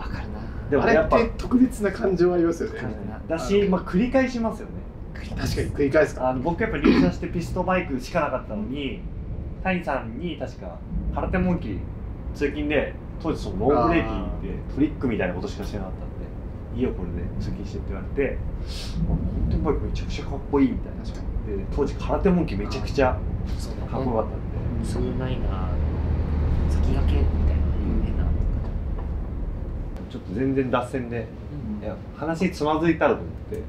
Speaker 1: んわかるな
Speaker 2: で
Speaker 3: う
Speaker 2: も
Speaker 3: あれ
Speaker 2: やっ
Speaker 3: っ
Speaker 2: ぱ
Speaker 3: て特別な感情ありますよね
Speaker 1: かるな
Speaker 2: だし、まあ、繰り返しますよね
Speaker 3: 確かに繰り返すから
Speaker 2: あの僕やっぱ入社してピストバイクしかなかったのに谷さんに確か空手モンキー通勤で当時そのローブレーキでトリックみたいなことしかしてなかったんでいいよこれで通勤してって言われてあ本当にバイクめちゃくちゃかっこいいみたいな
Speaker 3: 確か
Speaker 2: で当時空手モンキーめちゃくちゃ
Speaker 1: そうだね
Speaker 2: かっこよかったんで、
Speaker 3: に
Speaker 1: すごいないな先駆けみたいな有名な
Speaker 2: ちょっと全然脱線で
Speaker 1: うん
Speaker 2: いや話つまずいたらと思って
Speaker 1: うん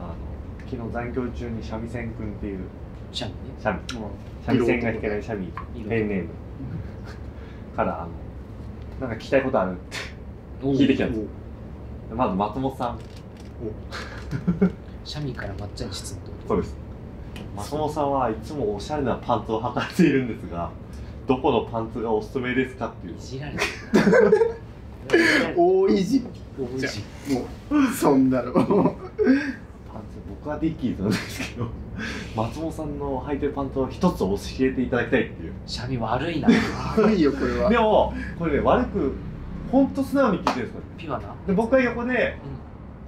Speaker 2: あの昨日残業中に三味線くんっていう
Speaker 1: じゃあね
Speaker 2: 三味
Speaker 3: うん
Speaker 2: 三味線が弾けない三味ペンネームからあのなんか聞きたいことあるって聞いてきたんですまず松本さん
Speaker 1: シャミから抹茶に質問ってこと
Speaker 2: そうです松本さんはいつもおしゃれなパンツを履かれているんですがどこのパンツがおすすめですかっていう
Speaker 1: いじられ てる
Speaker 3: 大いじ
Speaker 1: おいしい
Speaker 3: もうそんなの
Speaker 2: パンツ僕はディッキーズなんですけど松本さんの履いてるパンツを一つ教えていただきたいっていう
Speaker 1: シャミ悪いな
Speaker 3: 悪 いよこれは
Speaker 2: でもこれね悪く本当素直に聞いてるんですよ
Speaker 1: ピュアな
Speaker 2: で僕は横で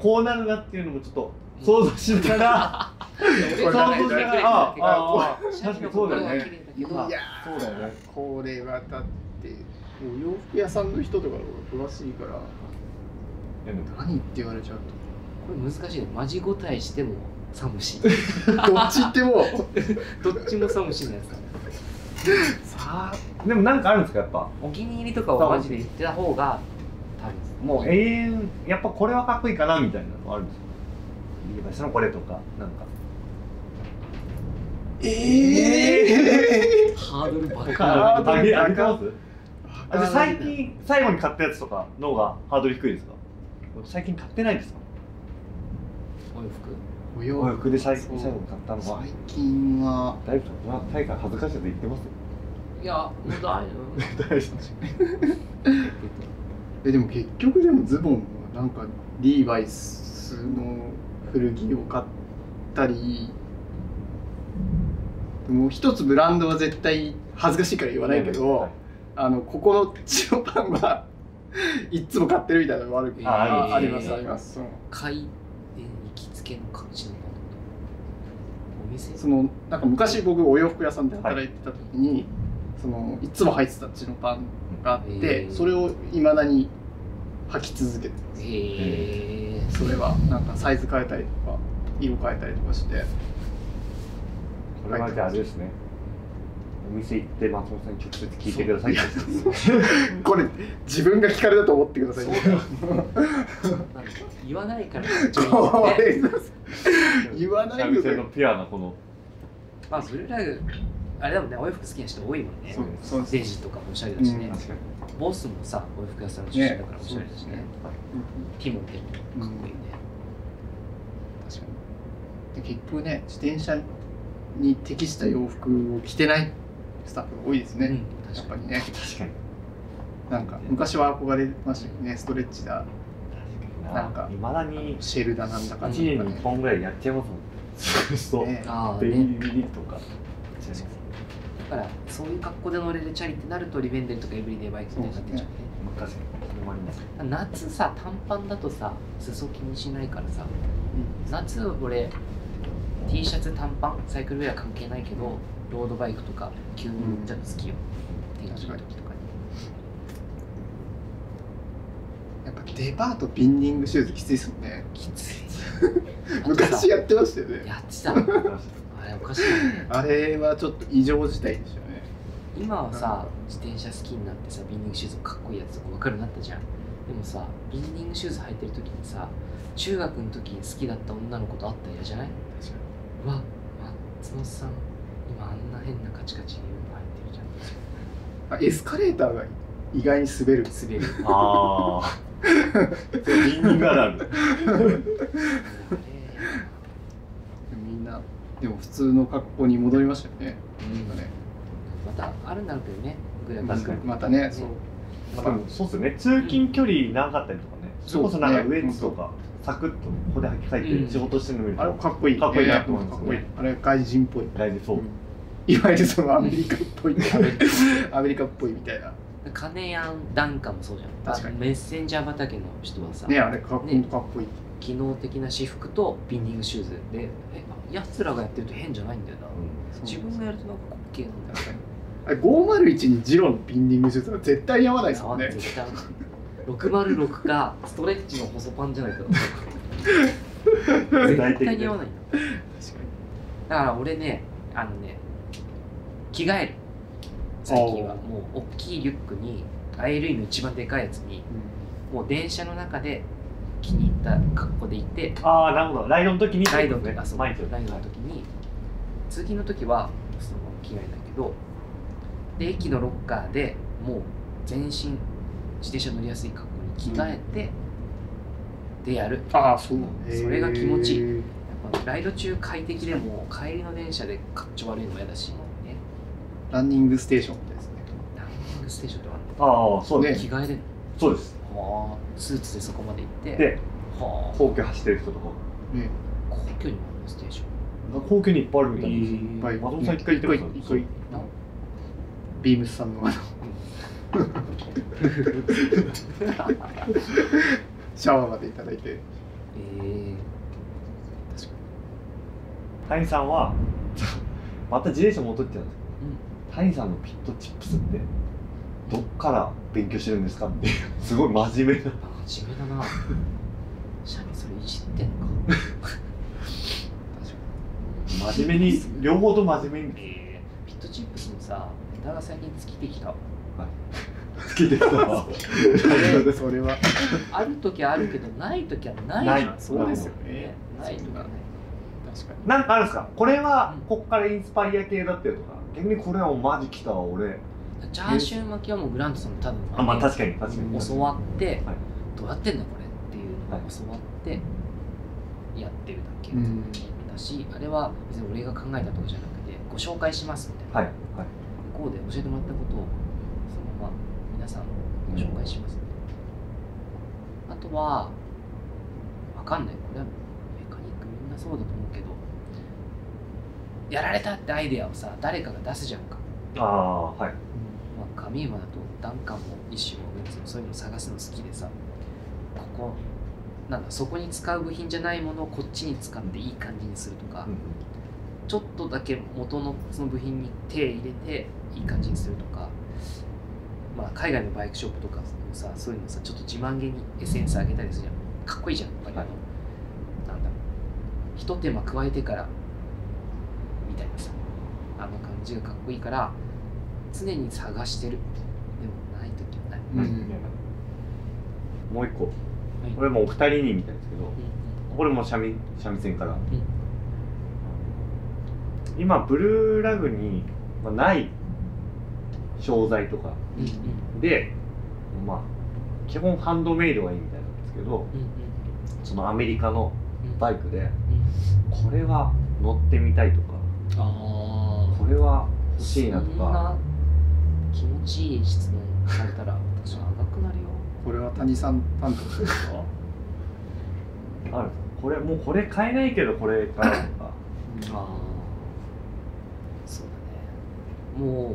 Speaker 1: う
Speaker 2: こうなるなっていうのもちょっと想像しながら、想像しながらあああ
Speaker 1: んシャ
Speaker 2: 確
Speaker 1: ミ
Speaker 2: か
Speaker 1: の
Speaker 2: にそう
Speaker 1: 心
Speaker 2: だよ
Speaker 1: は綺
Speaker 2: ね
Speaker 1: 麗だけど
Speaker 3: いや
Speaker 2: そうだよね
Speaker 3: これはだってお洋服屋さんの人とかの方が詳しいから
Speaker 2: でも
Speaker 3: 何って言われちゃう
Speaker 1: これ難しいねマジ五体しても寒し
Speaker 3: と どっち行っても
Speaker 1: どっちも寒しのやつだね
Speaker 2: さあでもなんかあるんですかやっぱ
Speaker 1: お気に入りとかをマジで言ってた方が多分
Speaker 2: もう永遠やっぱこれはかっこいいかなみたいなのあるんですか言えばそのこれとかなんか
Speaker 3: ええ
Speaker 1: ハードルばっ
Speaker 3: あ
Speaker 1: か
Speaker 3: ー
Speaker 2: あげあげてますあじゃあ
Speaker 3: ー
Speaker 2: 最近最後に買ったやつとかの方がハードル低いですか最近買ってないですか
Speaker 1: お洋服
Speaker 3: お洋
Speaker 2: お
Speaker 3: 服
Speaker 2: 服で最
Speaker 3: そう
Speaker 2: 最後に買ったのは
Speaker 3: 最近は
Speaker 2: だいぶ大会恥ずかしいと言ってますよ
Speaker 1: いやもうだいぶ
Speaker 2: 大丈
Speaker 3: えでも結局でもズボンはなんかリーバイスの古着を買ったりでも一つブランドは絶対恥ずかしいから言わないけど、
Speaker 2: はい
Speaker 3: あのここの塩パン はいっつも買ってるみたいなのもあるけど
Speaker 2: あ
Speaker 3: あ
Speaker 2: あ
Speaker 3: り
Speaker 2: るん
Speaker 3: ま
Speaker 2: です
Speaker 3: す
Speaker 2: ね
Speaker 3: ありますその
Speaker 1: 回転行きつけの感じのものお店
Speaker 3: そのなんか昔僕お洋服屋さんで働いてた時に、そのいつも履いてたチノパンがあって、
Speaker 1: えー
Speaker 3: それをいまだに履き続けて
Speaker 1: へえ
Speaker 3: それはなんかサイズ変えたりとか色変えたりとかして
Speaker 2: これはじゃああれですねお店行って松本さんに直接聞いてくださいって
Speaker 3: これ自分が聞かれたと思ってく ださい
Speaker 1: そう
Speaker 3: ね
Speaker 1: だなんか言わないから
Speaker 3: こ
Speaker 1: ね
Speaker 3: れ言わない
Speaker 2: で
Speaker 3: よ
Speaker 2: 久々のピュアなこの
Speaker 1: まあそれらあれでもんねお洋服好きな人多いもんね
Speaker 2: そう
Speaker 3: そう
Speaker 1: デジとかもおしゃれだしね、
Speaker 3: うん
Speaker 2: 確かに
Speaker 1: ボスもさお洋服屋さんの出身だからおしゃれだしね
Speaker 3: ね
Speaker 1: ティモテもかっこいいね、
Speaker 3: 確かにで結局ね自転車に適した洋服を着てないスタッフが多いですね、
Speaker 1: うん
Speaker 3: やっ
Speaker 1: 確
Speaker 3: ぱ
Speaker 1: かに
Speaker 3: りね
Speaker 2: 確かに
Speaker 3: なんか昔は憧れましたけどねストレッチだなん
Speaker 2: 確
Speaker 3: か
Speaker 2: かにいまだに
Speaker 3: シェルだなんだか
Speaker 2: 1
Speaker 3: んだ
Speaker 2: 年に1本ぐらいやっちゃいますもんそうそう
Speaker 3: ね
Speaker 1: ああ
Speaker 2: ベイ
Speaker 1: ね
Speaker 2: ビリとか
Speaker 1: 確かにだからそういう格好で乗れるチャリってなるとリベンデルとかエブリデイバイクみたいになってっちゃうね
Speaker 2: 確かにそれもあります
Speaker 1: 夏さ短パンだとさ裾気にしないからさ、夏俺 T シャツ短パンサイクルウェア関係ないけどロードバイクとか急に乗っちゃうの好きよ、天気の時とかに
Speaker 3: やっぱデパートビンディングシューズきついですもんね
Speaker 1: きつい
Speaker 3: 昔やってましたよね
Speaker 1: やってたのあれおかしいよね
Speaker 3: あれはちょっと異常事態でしたよね
Speaker 1: 今はさ自転車好きになってさビンディングシューズかっこいいやつとか分かるようになったじゃんでもさビンディングシューズ履いてる時にさ中学の時に好きだった女の子と会ったら嫌じゃない確かにうわ松本さん今あんな変なカチカチいうの履いてるじゃん
Speaker 3: あエスカレーターが意外に滑る
Speaker 1: 滑る
Speaker 2: ああビンディングある
Speaker 3: みんなでも普通の格好に戻りましたよね
Speaker 1: うん
Speaker 3: なんかね
Speaker 1: またあるんだろうけどねグラビア
Speaker 2: 確かに
Speaker 4: またねそう
Speaker 2: まあでもそうっすよね通勤距離長かったりとかね、それこそなんかウエッツとか、サクッとここで履き替えて仕事してるの見る
Speaker 3: あれ
Speaker 2: と
Speaker 3: もかっこいい、ね、
Speaker 2: かっこいいなと思い
Speaker 3: か
Speaker 2: ま
Speaker 3: っ
Speaker 2: す
Speaker 3: こいい
Speaker 2: ね
Speaker 3: あれ外人っぽい
Speaker 2: 大事そう、
Speaker 3: いわゆるそのアメリカっぽい アメリカっぽいみたいな
Speaker 1: 金やんなんかもそうじゃん
Speaker 3: 確かに
Speaker 1: メッセンジャー畑の人はさ、
Speaker 3: ねあれかっこいい、
Speaker 1: ね
Speaker 3: かっこいい
Speaker 1: 機能的な私服とビンディングシューズでえやつらがやってると変じゃないんだよな自分がやるとなんか滑稽なんだよ
Speaker 3: あれ501にジロのピンディングシューズは絶対に合わないですも
Speaker 1: あ
Speaker 3: んね
Speaker 1: 絶対606かストレッチの細パンじゃないと絶
Speaker 2: 具体的
Speaker 1: 対に
Speaker 2: で
Speaker 1: 合わないんだだから俺ねあのね着替える最近は
Speaker 3: お
Speaker 1: もう大きいリュックに ILE の一番でかいやつにもう電車の中で気に入った格好でいて
Speaker 2: ああなるほどライドの時に
Speaker 1: ライドの時あそう
Speaker 2: 毎日
Speaker 1: ライドの時に通勤の時はその着替えないけどで駅のロッカーでもう全身自転車乗りやすい格好に着替えて、でやるや
Speaker 3: ああそう
Speaker 1: それが気持ちい
Speaker 3: いい
Speaker 1: っぱライド中快適でも帰りの電車でかっちょ悪いのも嫌だしね
Speaker 3: ランニングステーションみたいですね
Speaker 1: ランニングステーションとか
Speaker 2: ああそうです、
Speaker 1: 着替えで、
Speaker 2: そうです
Speaker 1: はあスーツでそこまで行って
Speaker 2: で
Speaker 1: はあ
Speaker 2: 皇居走ってる人とか
Speaker 1: 皇居にもあるのステーション
Speaker 2: 皇居にいっぱいあるみたいです、
Speaker 3: いっぱい
Speaker 2: 松本さん一回行ってました
Speaker 3: 一回一回ビームスさん のあのシャワーまでいただいて
Speaker 1: え
Speaker 2: 谷さんは また自転車戻っちゃうんです
Speaker 1: えうん
Speaker 2: けど谷さんのピットチップスってどっから勉強してるんですかっていうすごい真面目な
Speaker 1: 真面目だなシャミそれいじってんのか
Speaker 2: 真面目に両方と真面目に
Speaker 1: えーピットチップスのさネタが最近尽きてきた
Speaker 2: つけてたわ
Speaker 3: それは
Speaker 1: ある時はあるけどない時はない
Speaker 2: な
Speaker 1: じゃ
Speaker 2: い
Speaker 1: ん
Speaker 3: そうですよね
Speaker 1: ねない時はない
Speaker 3: 確かに
Speaker 2: なんかあるんですかこれは
Speaker 1: うん
Speaker 2: ここからインスパイア系だったよとか逆にこれはもうマジ来たわ俺
Speaker 1: チャーシュー巻きはもうグラントさんのただの
Speaker 2: かに確
Speaker 3: に
Speaker 1: 教わって、
Speaker 2: はい
Speaker 1: どうやってんだこれっていうのを
Speaker 2: はい
Speaker 1: 教わってやってるだけ
Speaker 3: うん
Speaker 1: だし、あれは別に俺が考えたとかじゃなくてご紹介しますみたいな
Speaker 2: はいはい
Speaker 1: 向こうで教えてもらったことをそのまま皆さんご紹介します、あとはわかんないこれはメカニックみんなそうだと思うけどやられたってアイデアをさ誰かが出すじゃんか、
Speaker 2: ああはい
Speaker 1: まあ、神馬だとダンカンも一種も別もそういうの探すの好きでさここなんだそこに使う部品じゃないものをこっちに使っていい感じにするとか、ちょっとだけ元のその部品に手入れていい感じにするとか、まあ、海外のバイクショップとかもさそういうのさちょっと自慢げに SNS 上げたりするじゃんかっこいいじゃんやっぱりあの、なんだろうひと手間加えてからみたいなさあの感じがかっこいいから常に探してるでもない時はない、
Speaker 3: う
Speaker 1: うん
Speaker 3: ん
Speaker 2: もう一個、これもうお二人にみたいですけどこれも三味三味線から、今ブルーラグにまあない商材とか
Speaker 1: うんうん
Speaker 2: でまあ基本ハンドメイドがいいみたいなんですけど
Speaker 1: うんうん
Speaker 2: そのアメリカの
Speaker 1: うん
Speaker 2: バイクでこれは乗ってみたいとか
Speaker 1: ああ
Speaker 2: これは欲しいなと
Speaker 1: そん
Speaker 2: か
Speaker 1: な気持ちいい質問された ら私は長くなるよ
Speaker 3: これは谷さん担当ですか
Speaker 2: あるんですかこれもうこれ買えないけどこれ買うとか
Speaker 1: あそうだねもうあの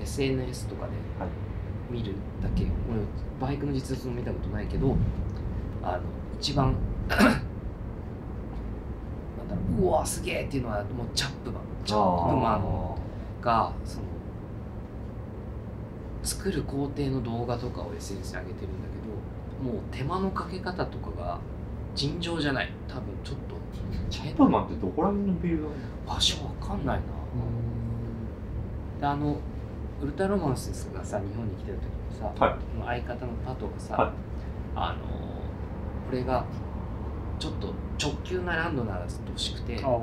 Speaker 1: SNS とかで
Speaker 2: はい
Speaker 1: 見るだけ、俺バイクの実物も見たことないけどあの一番 なんだろううわすげえっていうのはもうチャップマンチャップマンのがその作る工程の動画とかを SNS に上げてるんだけどもう手間のかけ方とかが尋常じゃない多分ちょっと
Speaker 2: チャップマンってどこら辺のビルド
Speaker 1: 場所わかんないな、であのウルトラロマンスがさ日本に来てた時にさ、
Speaker 2: はい
Speaker 1: 相方のパトがさ、
Speaker 2: はい
Speaker 1: あのーこれがちょっと直球なランドナーがずっと欲しくて
Speaker 3: ああ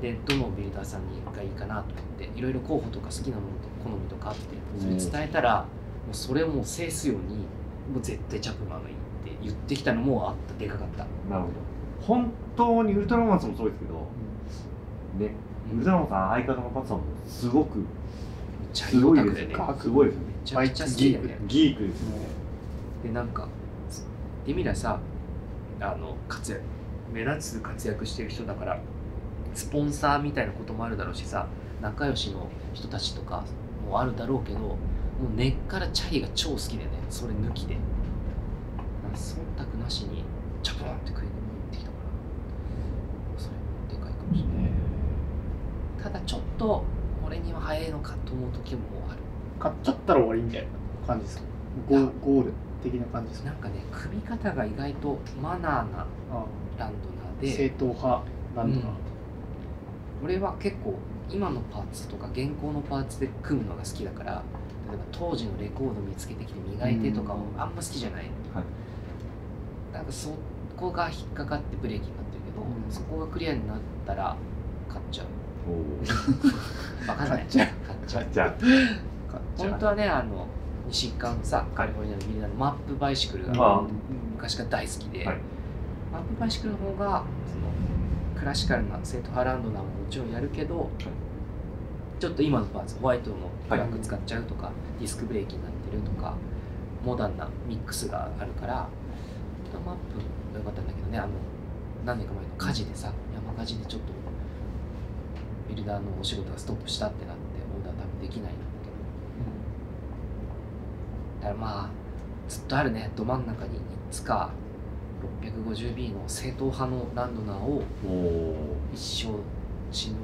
Speaker 1: でどのビルダーさんにがいいかなと思っていろいろ候補とか好きなものと好みとかあってそれ伝えたら、もうそれをもう制すようにもう絶対チャップマンがいいって言ってきたのもあったでかかった、
Speaker 2: なるほど本当にウルトラマンスもそうですけど、ねウルトラマンさん相方のパツさんもすごく
Speaker 1: ちゃい
Speaker 2: す
Speaker 1: いオ
Speaker 2: ご
Speaker 1: タ
Speaker 2: い
Speaker 1: ク
Speaker 2: で
Speaker 1: ですね
Speaker 2: ね。すごいですね。
Speaker 1: めちゃくちゃ好きだよね
Speaker 2: ギークですね。
Speaker 1: でなんかデミラさあの活躍目立つ活躍してる人だからスポンサーみたいなこともあるだろうしさ仲良しの人たちとかもあるだろうけどもう根っからチャイが超好きでねそれ抜きでなんか忖度なしにチャポンって食い込ってきたからそれもでかいかもしれないただちょっと俺には早いのかと思う時もある
Speaker 3: 買っちゃったら終わりみたいな感じですかゴーゴール的な感じですか
Speaker 1: なんかね組み方が意外とマナーな
Speaker 3: あ
Speaker 1: ランドナー
Speaker 3: ー
Speaker 1: で
Speaker 3: 正統派なんとか、
Speaker 1: 俺は結構今のパーツとか現行のパーツで組むのが好きだから例えば当時のレコード見つけてきて磨いてとかをあんま好きじゃない、
Speaker 2: はい
Speaker 1: なんかそこが引っかかってブレーキになってるけど、
Speaker 3: うん
Speaker 1: そこがクリアになったら買っちゃうわかんない
Speaker 3: 買っちゃ
Speaker 1: 買っちゃ
Speaker 2: じ
Speaker 1: う
Speaker 2: ゃじゃ
Speaker 3: 買っちゃう
Speaker 1: 本当はねあの西館さカリフォルニアのミリナのマップバイシクルが、
Speaker 2: ま
Speaker 1: 昔から大好きで、
Speaker 2: はい
Speaker 1: マップバイシクルの方がそのクラシカルな生徒ハランドナーももちろんやるけど、ちょっと今のパーツホワイトのトラック使っちゃうとか、ディスクブレーキになってるとかモダンなミックスがあるからマップが良かったんだけどねあの何年か前の火事でさ山火事でちょっとビルダーのお仕事がストップしたってなってオーダー多分できないんだけどだからまあずっとあるねど真ん中にいつか 650B の正統派のランドナーを
Speaker 2: あお
Speaker 1: 一生死ぬも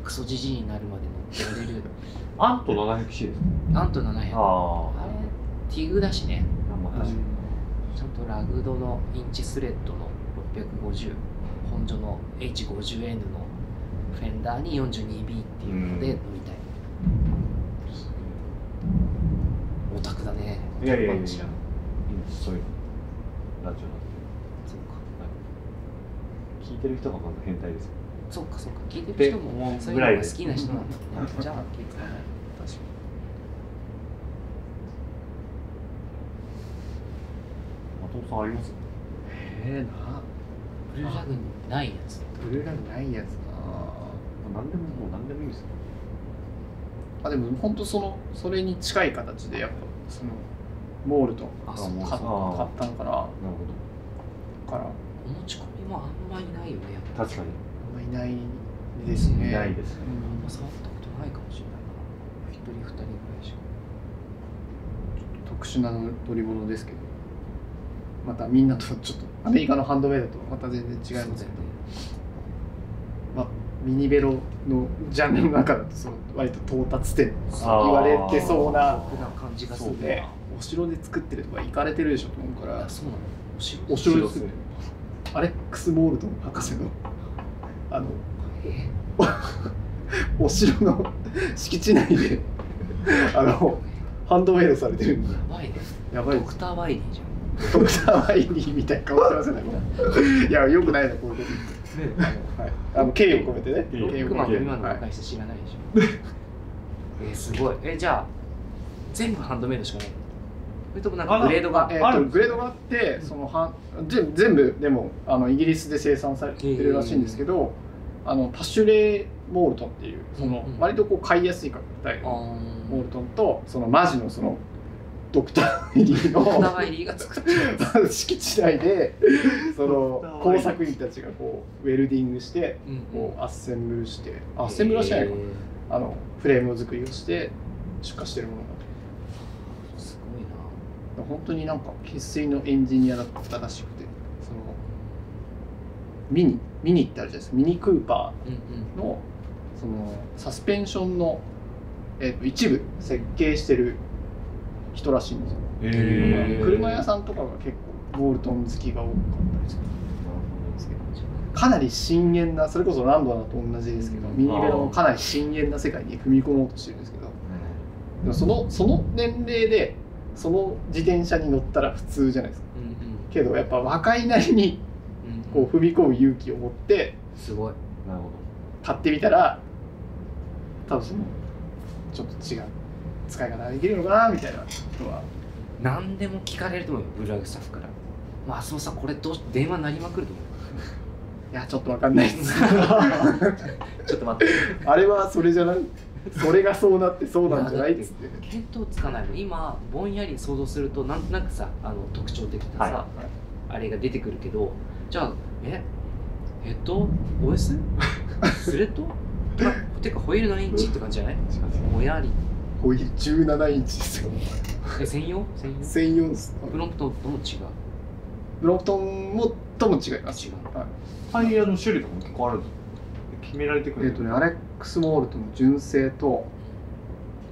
Speaker 1: うクソじじいになるまで乗ってられる
Speaker 2: アント 700C ですね
Speaker 1: なんと700あ
Speaker 2: あ
Speaker 1: れティグだしね
Speaker 2: あまあ確かに
Speaker 1: ちゃんとラグドのインチスレッドの650本所の H50N のフェンダーに 42B っていうので乗りたい、オタクだね
Speaker 2: いやいやいやいやいいんで
Speaker 1: そ
Speaker 2: すそういうのラジオなん
Speaker 1: うか
Speaker 2: で聞いてる人がまず変態ですよ
Speaker 1: そっかそっか聞いて
Speaker 2: で
Speaker 1: る人も
Speaker 2: 思う
Speaker 1: そうい
Speaker 2: ぐ
Speaker 1: う
Speaker 2: らい
Speaker 1: のが
Speaker 2: で
Speaker 1: 好きな人なんだねじゃあ気付かない確か
Speaker 2: 松本さんあります
Speaker 3: ええ
Speaker 1: にブ
Speaker 3: な
Speaker 1: ルーラグにないやつ
Speaker 3: ブルーラグないやつな
Speaker 2: 何でももう何でもいいですよ
Speaker 3: あでも本当そのそれに近い形でやっぱそのモールと
Speaker 1: あ
Speaker 2: そう
Speaker 3: 買っ買
Speaker 2: あー
Speaker 3: ったのかな
Speaker 2: なるほ
Speaker 3: から
Speaker 1: お持ち込みもあんまりないよねやっぱ
Speaker 2: ど確か
Speaker 3: あんまいないですね
Speaker 2: にないですね
Speaker 1: あんま触ったことないかもしれないな一人二人ぐらいしか
Speaker 3: 特殊な乗り物ですけどまたみんなとちょっとアメリカのハンドメイドとまた全然違いますけど、まあ、ミニベロのジャンルの中だとその割と到達点言われてそうな
Speaker 1: 楽な感じがする
Speaker 3: でお城で作ってるとか行かれてるでしょと思うか
Speaker 1: あ
Speaker 3: ら
Speaker 1: そうなのお城
Speaker 3: お城で作ってるアレックス・モールドン博士の あの
Speaker 1: え
Speaker 3: お城の敷地内であのハンドメイドされてるんで
Speaker 1: やばいね
Speaker 3: やばい
Speaker 1: ド
Speaker 3: です
Speaker 1: クターワイリーじゃん
Speaker 3: ドクター・ワイリーみたいな顔してますよね いやよくないなこういうこと、はい、あの敬意を込めてね
Speaker 2: 敬
Speaker 1: ロ
Speaker 2: 意
Speaker 1: ッ
Speaker 3: を
Speaker 1: クマン
Speaker 3: 込
Speaker 1: と
Speaker 3: めて
Speaker 1: 今の
Speaker 3: はい
Speaker 1: 若い人知らないでしょえすごいえじゃあ全部ハンドメイドしかないのそれともなんかグレードが
Speaker 3: え
Speaker 2: あ
Speaker 3: ー、
Speaker 2: る
Speaker 3: とグレードがあってそのはんぜ全部でもあのイギリスで生産されてるらしいんですけど、あのパシュレー・モールトンっていうその、
Speaker 1: うんうん
Speaker 3: 割とこう買いやすい価格帯
Speaker 1: あー
Speaker 3: のモールトンとそのマジのそのドクター・ミリー
Speaker 1: ドクター
Speaker 3: の
Speaker 1: ワイリーが作ってる
Speaker 3: 敷地内でそ
Speaker 2: ドクター
Speaker 3: の
Speaker 2: ワイリー
Speaker 3: 工作員たちがこうウェルディングして
Speaker 1: うん
Speaker 3: こうアッセンブルしてアッセンブルはしてないか
Speaker 1: え
Speaker 3: あのフレーム作りをして出荷してるものが
Speaker 1: ーすごいな
Speaker 3: 本当になんか生粋のエンジニアだったらしくてそのミニミニってあるじゃないですかミニクーパ
Speaker 1: うんうん
Speaker 3: ーのそのサスペンションの、えーと一部設計してる人らしいんですよ、
Speaker 1: へー
Speaker 3: 車屋さんとかが結構ボールトン好きが多かったりするんですけどかなり深淵なそれこそランドナーと同じですけどミニベロもかなり深淵な世界に踏み込もうとしてるんですけどでもそのその年齢でその自転車に乗ったら普通じゃないですか
Speaker 1: うんうん
Speaker 3: けどやっぱ若いなりに
Speaker 1: うん
Speaker 3: こう踏み込む勇気を持って
Speaker 1: すごい
Speaker 2: なるほ
Speaker 3: 買ってみたら多分そのちょっと違う使い方ができるのかなみたいなのは
Speaker 1: 何でも聞かれると思うよブラグスタッフからまあそうさこれどう電話なりまくると思
Speaker 3: いやちょっとわかんないです
Speaker 1: う ちょっと待って
Speaker 3: あれはそれじゃないそれがそうなってそうなんじゃないっつって
Speaker 1: 見当つかないもん今ぼんやり想像するとなんとなくさあの特徴的なさ、あれが出てくるけどじゃあえヘッド OS? スレッドあてかホイール何インチって感じじゃないもやり
Speaker 3: こういう17インチですよ
Speaker 1: え専用専用
Speaker 3: 専用っす
Speaker 1: ブロンプトンとも違う
Speaker 3: ブロンプトンもとも違い
Speaker 1: あ
Speaker 3: ます
Speaker 1: 違う
Speaker 2: タイヤの種類とかも結構あるんですよ決められてく
Speaker 3: えっ、
Speaker 2: るん
Speaker 3: と
Speaker 2: です
Speaker 3: ね
Speaker 2: よ
Speaker 3: アレックス・モールトの純正と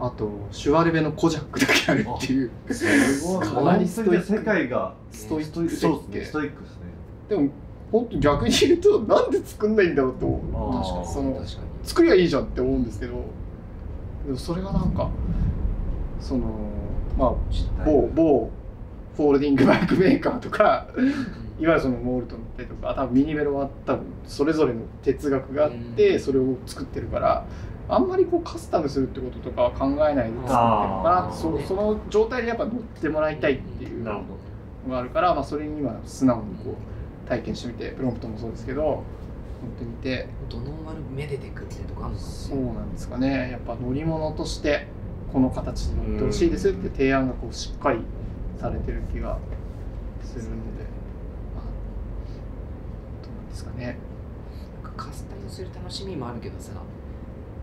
Speaker 3: あとシュワルベのコジャックだけあるっていう
Speaker 2: すごい
Speaker 3: かなりストイック
Speaker 2: 世界が
Speaker 3: ストイッ
Speaker 2: そう
Speaker 3: ク
Speaker 2: で
Speaker 3: 設
Speaker 2: す
Speaker 3: 計
Speaker 2: ねストイックですね
Speaker 3: でも本当逆に言うと なんで作んないんだろうと思う
Speaker 2: あー
Speaker 3: その
Speaker 1: 確かに
Speaker 3: 作りゃいいじゃんって思うんですけどでもそれがなんかそのまあ某某フォールディングバイクメーカーとか いわゆるそのモールトンだったりとか多分ミニベロは多分それぞれの哲学があってそれを作ってるからあんまりこうカスタムするってこととかは考えないで作ってるのか
Speaker 2: あ
Speaker 3: な
Speaker 2: ー
Speaker 3: そその状態でやっぱ乗ってもらいたいっていう
Speaker 2: なる
Speaker 3: の
Speaker 2: ほど
Speaker 3: があるから、まあ、それに今素直にこう体験してみてプロンプトもそうですけど乗ってみて
Speaker 1: どの丸目でてくってとかあるのか
Speaker 3: そうなんですかねやっぱ乗り物としてこの形で乗ってほしいですって提案がこうしっかりされてる気がするので、まあ、どうなんですかね
Speaker 1: なんかカスタムする楽しみもあるけどさ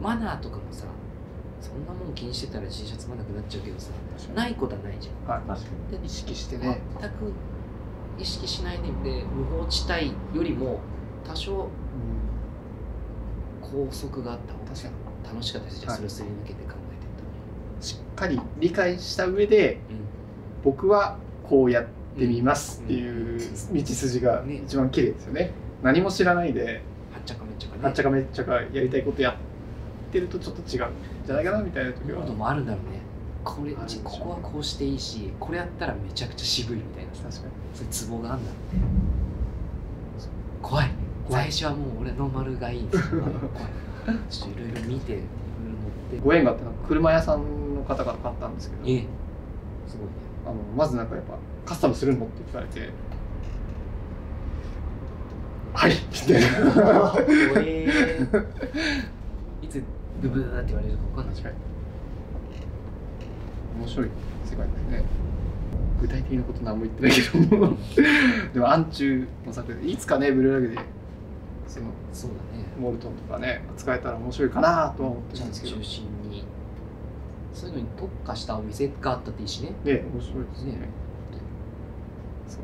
Speaker 1: マナーとかもさそんなもん気にしてたら T シャツまなくなっちゃうけどさないことはないじゃん
Speaker 3: は
Speaker 2: 確かに
Speaker 1: で
Speaker 3: い、意識して
Speaker 1: 全
Speaker 3: ね
Speaker 1: く意識しないで無法地帯よりも多少
Speaker 3: う
Speaker 1: 拘
Speaker 3: ん
Speaker 1: 束があった方
Speaker 3: 確かに
Speaker 1: が楽しかったですじゃあ
Speaker 3: はい
Speaker 1: それをすり抜けて考
Speaker 3: しっかり理解した上で
Speaker 1: えていっ
Speaker 3: 僕はこうやってみますっていう道筋が
Speaker 1: ね
Speaker 3: 一番綺麗ですよね何も知らないで
Speaker 1: たはっちゃかめっちゃかね
Speaker 3: あっちゃかめっちゃかやりたいことやってるとちょっと違うんじゃないかなみたいな時は
Speaker 1: こと
Speaker 3: 確か
Speaker 1: もあるんだろうねこれ
Speaker 3: あるでしょうね
Speaker 1: ここはこうしていいしこれやったらめちゃくちゃ渋いみたいなさ
Speaker 3: に
Speaker 1: そういうツボがあるんだろうね怖い
Speaker 3: 怖
Speaker 1: 最
Speaker 3: い
Speaker 1: 初はもう俺ノーマルがいいんですよ怖いちょっといろいろ見ていろいろ乗って
Speaker 3: ご縁があってなんか車屋さんの方から買ったんですけど
Speaker 1: ええすごいね
Speaker 3: あのまずなんかやっぱカスタムするのって聞かれてはいみたいな
Speaker 1: 怖え いつブブーって言われるか分かんないじゃん
Speaker 3: 面白い世界ですね具体的なこと何も言ってないけどもでも暗中の作品いつかねブルーラグでその
Speaker 1: そうだね
Speaker 3: モルトンとかね使えたら面白いかなとは思って
Speaker 1: じ
Speaker 3: る
Speaker 1: ゃ
Speaker 3: ん
Speaker 1: あ
Speaker 3: ですけど
Speaker 1: 中心にそういうのに特化したお店があったっていいしね
Speaker 3: ね面白いですね
Speaker 1: ね
Speaker 3: そう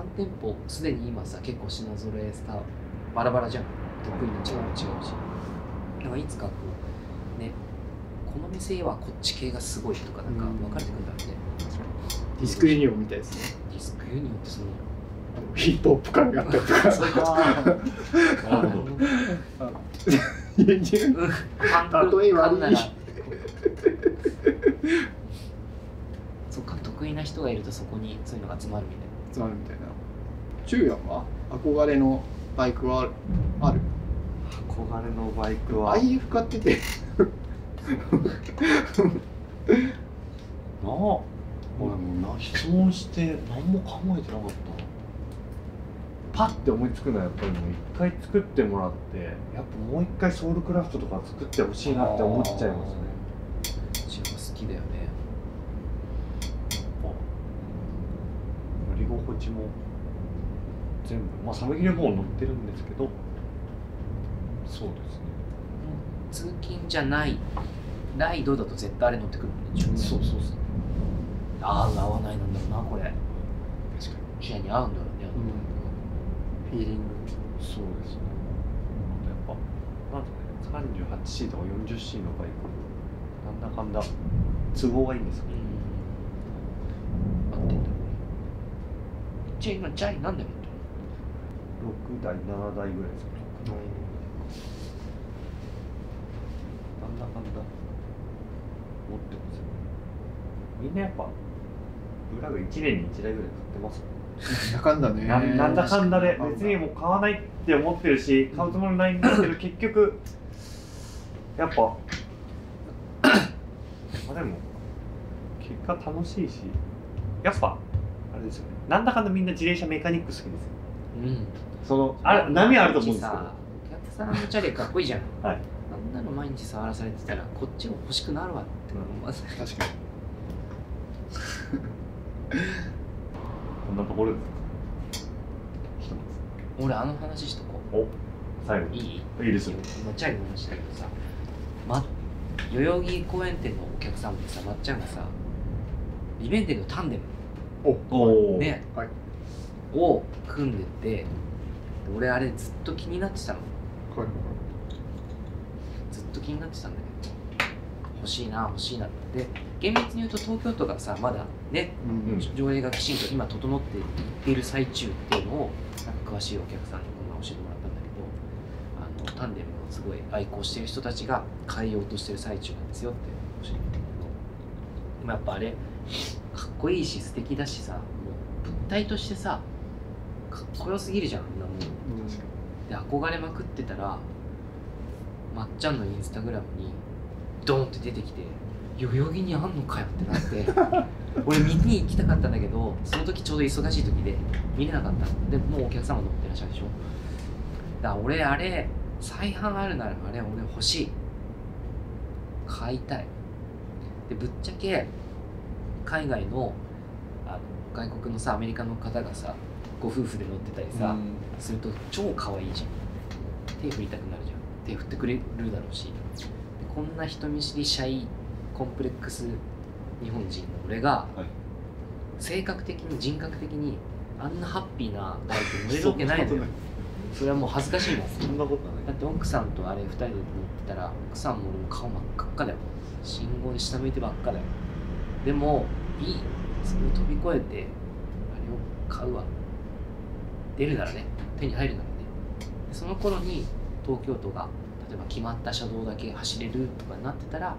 Speaker 1: 3店舗すでに今さ結構品揃えさバラバラじゃん得意な違う違うしだからいつかこうねこの店はこっち系がすごいとかなんか
Speaker 3: うん
Speaker 1: 分かれてくるんだろうね、
Speaker 3: ディスクユニオンみたいですね
Speaker 1: ディスクユニオンってその
Speaker 3: あのヒップホップ感があったりとか
Speaker 2: なるほど
Speaker 3: ユニオン
Speaker 1: うんパンク
Speaker 3: 例え悪い
Speaker 1: 感なら そっか得意な人がいるとそこにそういうのが集まるみたいな
Speaker 3: 集まるみたいな中也は憧れのバイクはあるある
Speaker 2: 憧れのバイクは
Speaker 3: IF 買ってて
Speaker 2: なあ俺もな質問して何も考えてなかったパッて思いつくのはやっぱりもう一回作ってもらってやっぱもう一回ソウルクラフトとか作ってほしいなって思っちゃいますね
Speaker 1: 自分好きだよね
Speaker 2: 乗り心地も全部まあサムギレボーン乗ってるんですけどそうですね
Speaker 1: 通勤じゃないライドだと絶対あれ乗ってくるもんね
Speaker 2: そうそうそう
Speaker 1: 合う合わないなんだろうなこれ確かにチアに合うんだろうね、
Speaker 3: フィーリング
Speaker 2: そうですねやっぱなんですかね 38C とか 40C のバイクなんだかんだ都合がいいんですよね
Speaker 1: うん、合ってんだこれじゃあ今チャリなんだよ
Speaker 2: 6台7台ぐらいですかねなんだかんだ持ってますよみんなやっぱブラグ1年に1台ぐらい買ってます
Speaker 3: なんだかんだね
Speaker 2: ななんだかんだで
Speaker 3: 確か
Speaker 2: 別にもう買わないって思ってるし買うつもりないんだ けど結局や っぱまあでも結果楽しいしやっぱあれですよねなんだかんだみんな自転車メカニック好きですよ
Speaker 1: うん
Speaker 2: そのあれ波あると思うんですけど
Speaker 1: さお客さんのチャリかっこいいじゃん、
Speaker 2: はい
Speaker 1: あんなの毎日チ触らされてたらこっちも欲しくなるわって思わず
Speaker 4: 確かに
Speaker 2: こんなところですかひとま
Speaker 1: 俺あの話しとこ
Speaker 2: ずお最後
Speaker 1: うい
Speaker 2: に
Speaker 1: い
Speaker 2: いいですよ
Speaker 1: まっちゃんにも話したけどさ、ま、代々木公園店のお客さんでさまっちゃんがさ利便店のタンデム
Speaker 2: おお
Speaker 1: ね、
Speaker 3: はい
Speaker 1: を組んでてで俺あれずっと気になってたの
Speaker 3: はい
Speaker 1: ずっと気になってたんだけど欲しいな欲しいなって厳密に言うと東京都がさまだね
Speaker 2: うん
Speaker 1: 上映がきちんと今整っていっている最中っていうのをなんか詳しいお客さんにこんな教えてもらったんだけどあのタンデムをすごい愛好してる人たちが変えようとしてる最中なんですよって教えてもらったんだけどでもやっぱあれかっこいいし素敵だしさもう物体としてさかっこよすぎるじゃんあんなもんで憧れまくってたらまっちゃんのインスタグラムにドーンって出てきて「代々木にあんのかよ」ってなって俺見に行きたかったんだけどその時ちょうど忙しい時で見れなかったのでもうお客様乗ってらっしゃるでしょだから俺あれ再販あるならあれ俺欲しい買いたいでぶっちゃけ海外のあの外国のさアメリカの方がさご夫婦で乗ってたりさ、すると超可愛いじゃん手振りたくなるじゃん手振ってくれるだろうしでこんな人見知りシャイコンプレックス日本人の俺が、
Speaker 2: はい
Speaker 1: 性格的に人格的にあんなハッピーなバイク乗れるわけないのよそれはもう恥ずかしいもん
Speaker 2: そんなことはな
Speaker 1: だ
Speaker 2: い
Speaker 1: って奥さんとあれ2人で乗ってたら奥さんも俺も顔真っ赤っかだよ信号で下向いてばっかだよでもいいそれを飛び越えてあれを買うわ出るならね手に入るならねでその頃に東京都が例えば決まった車道だけ走れるとかになってたら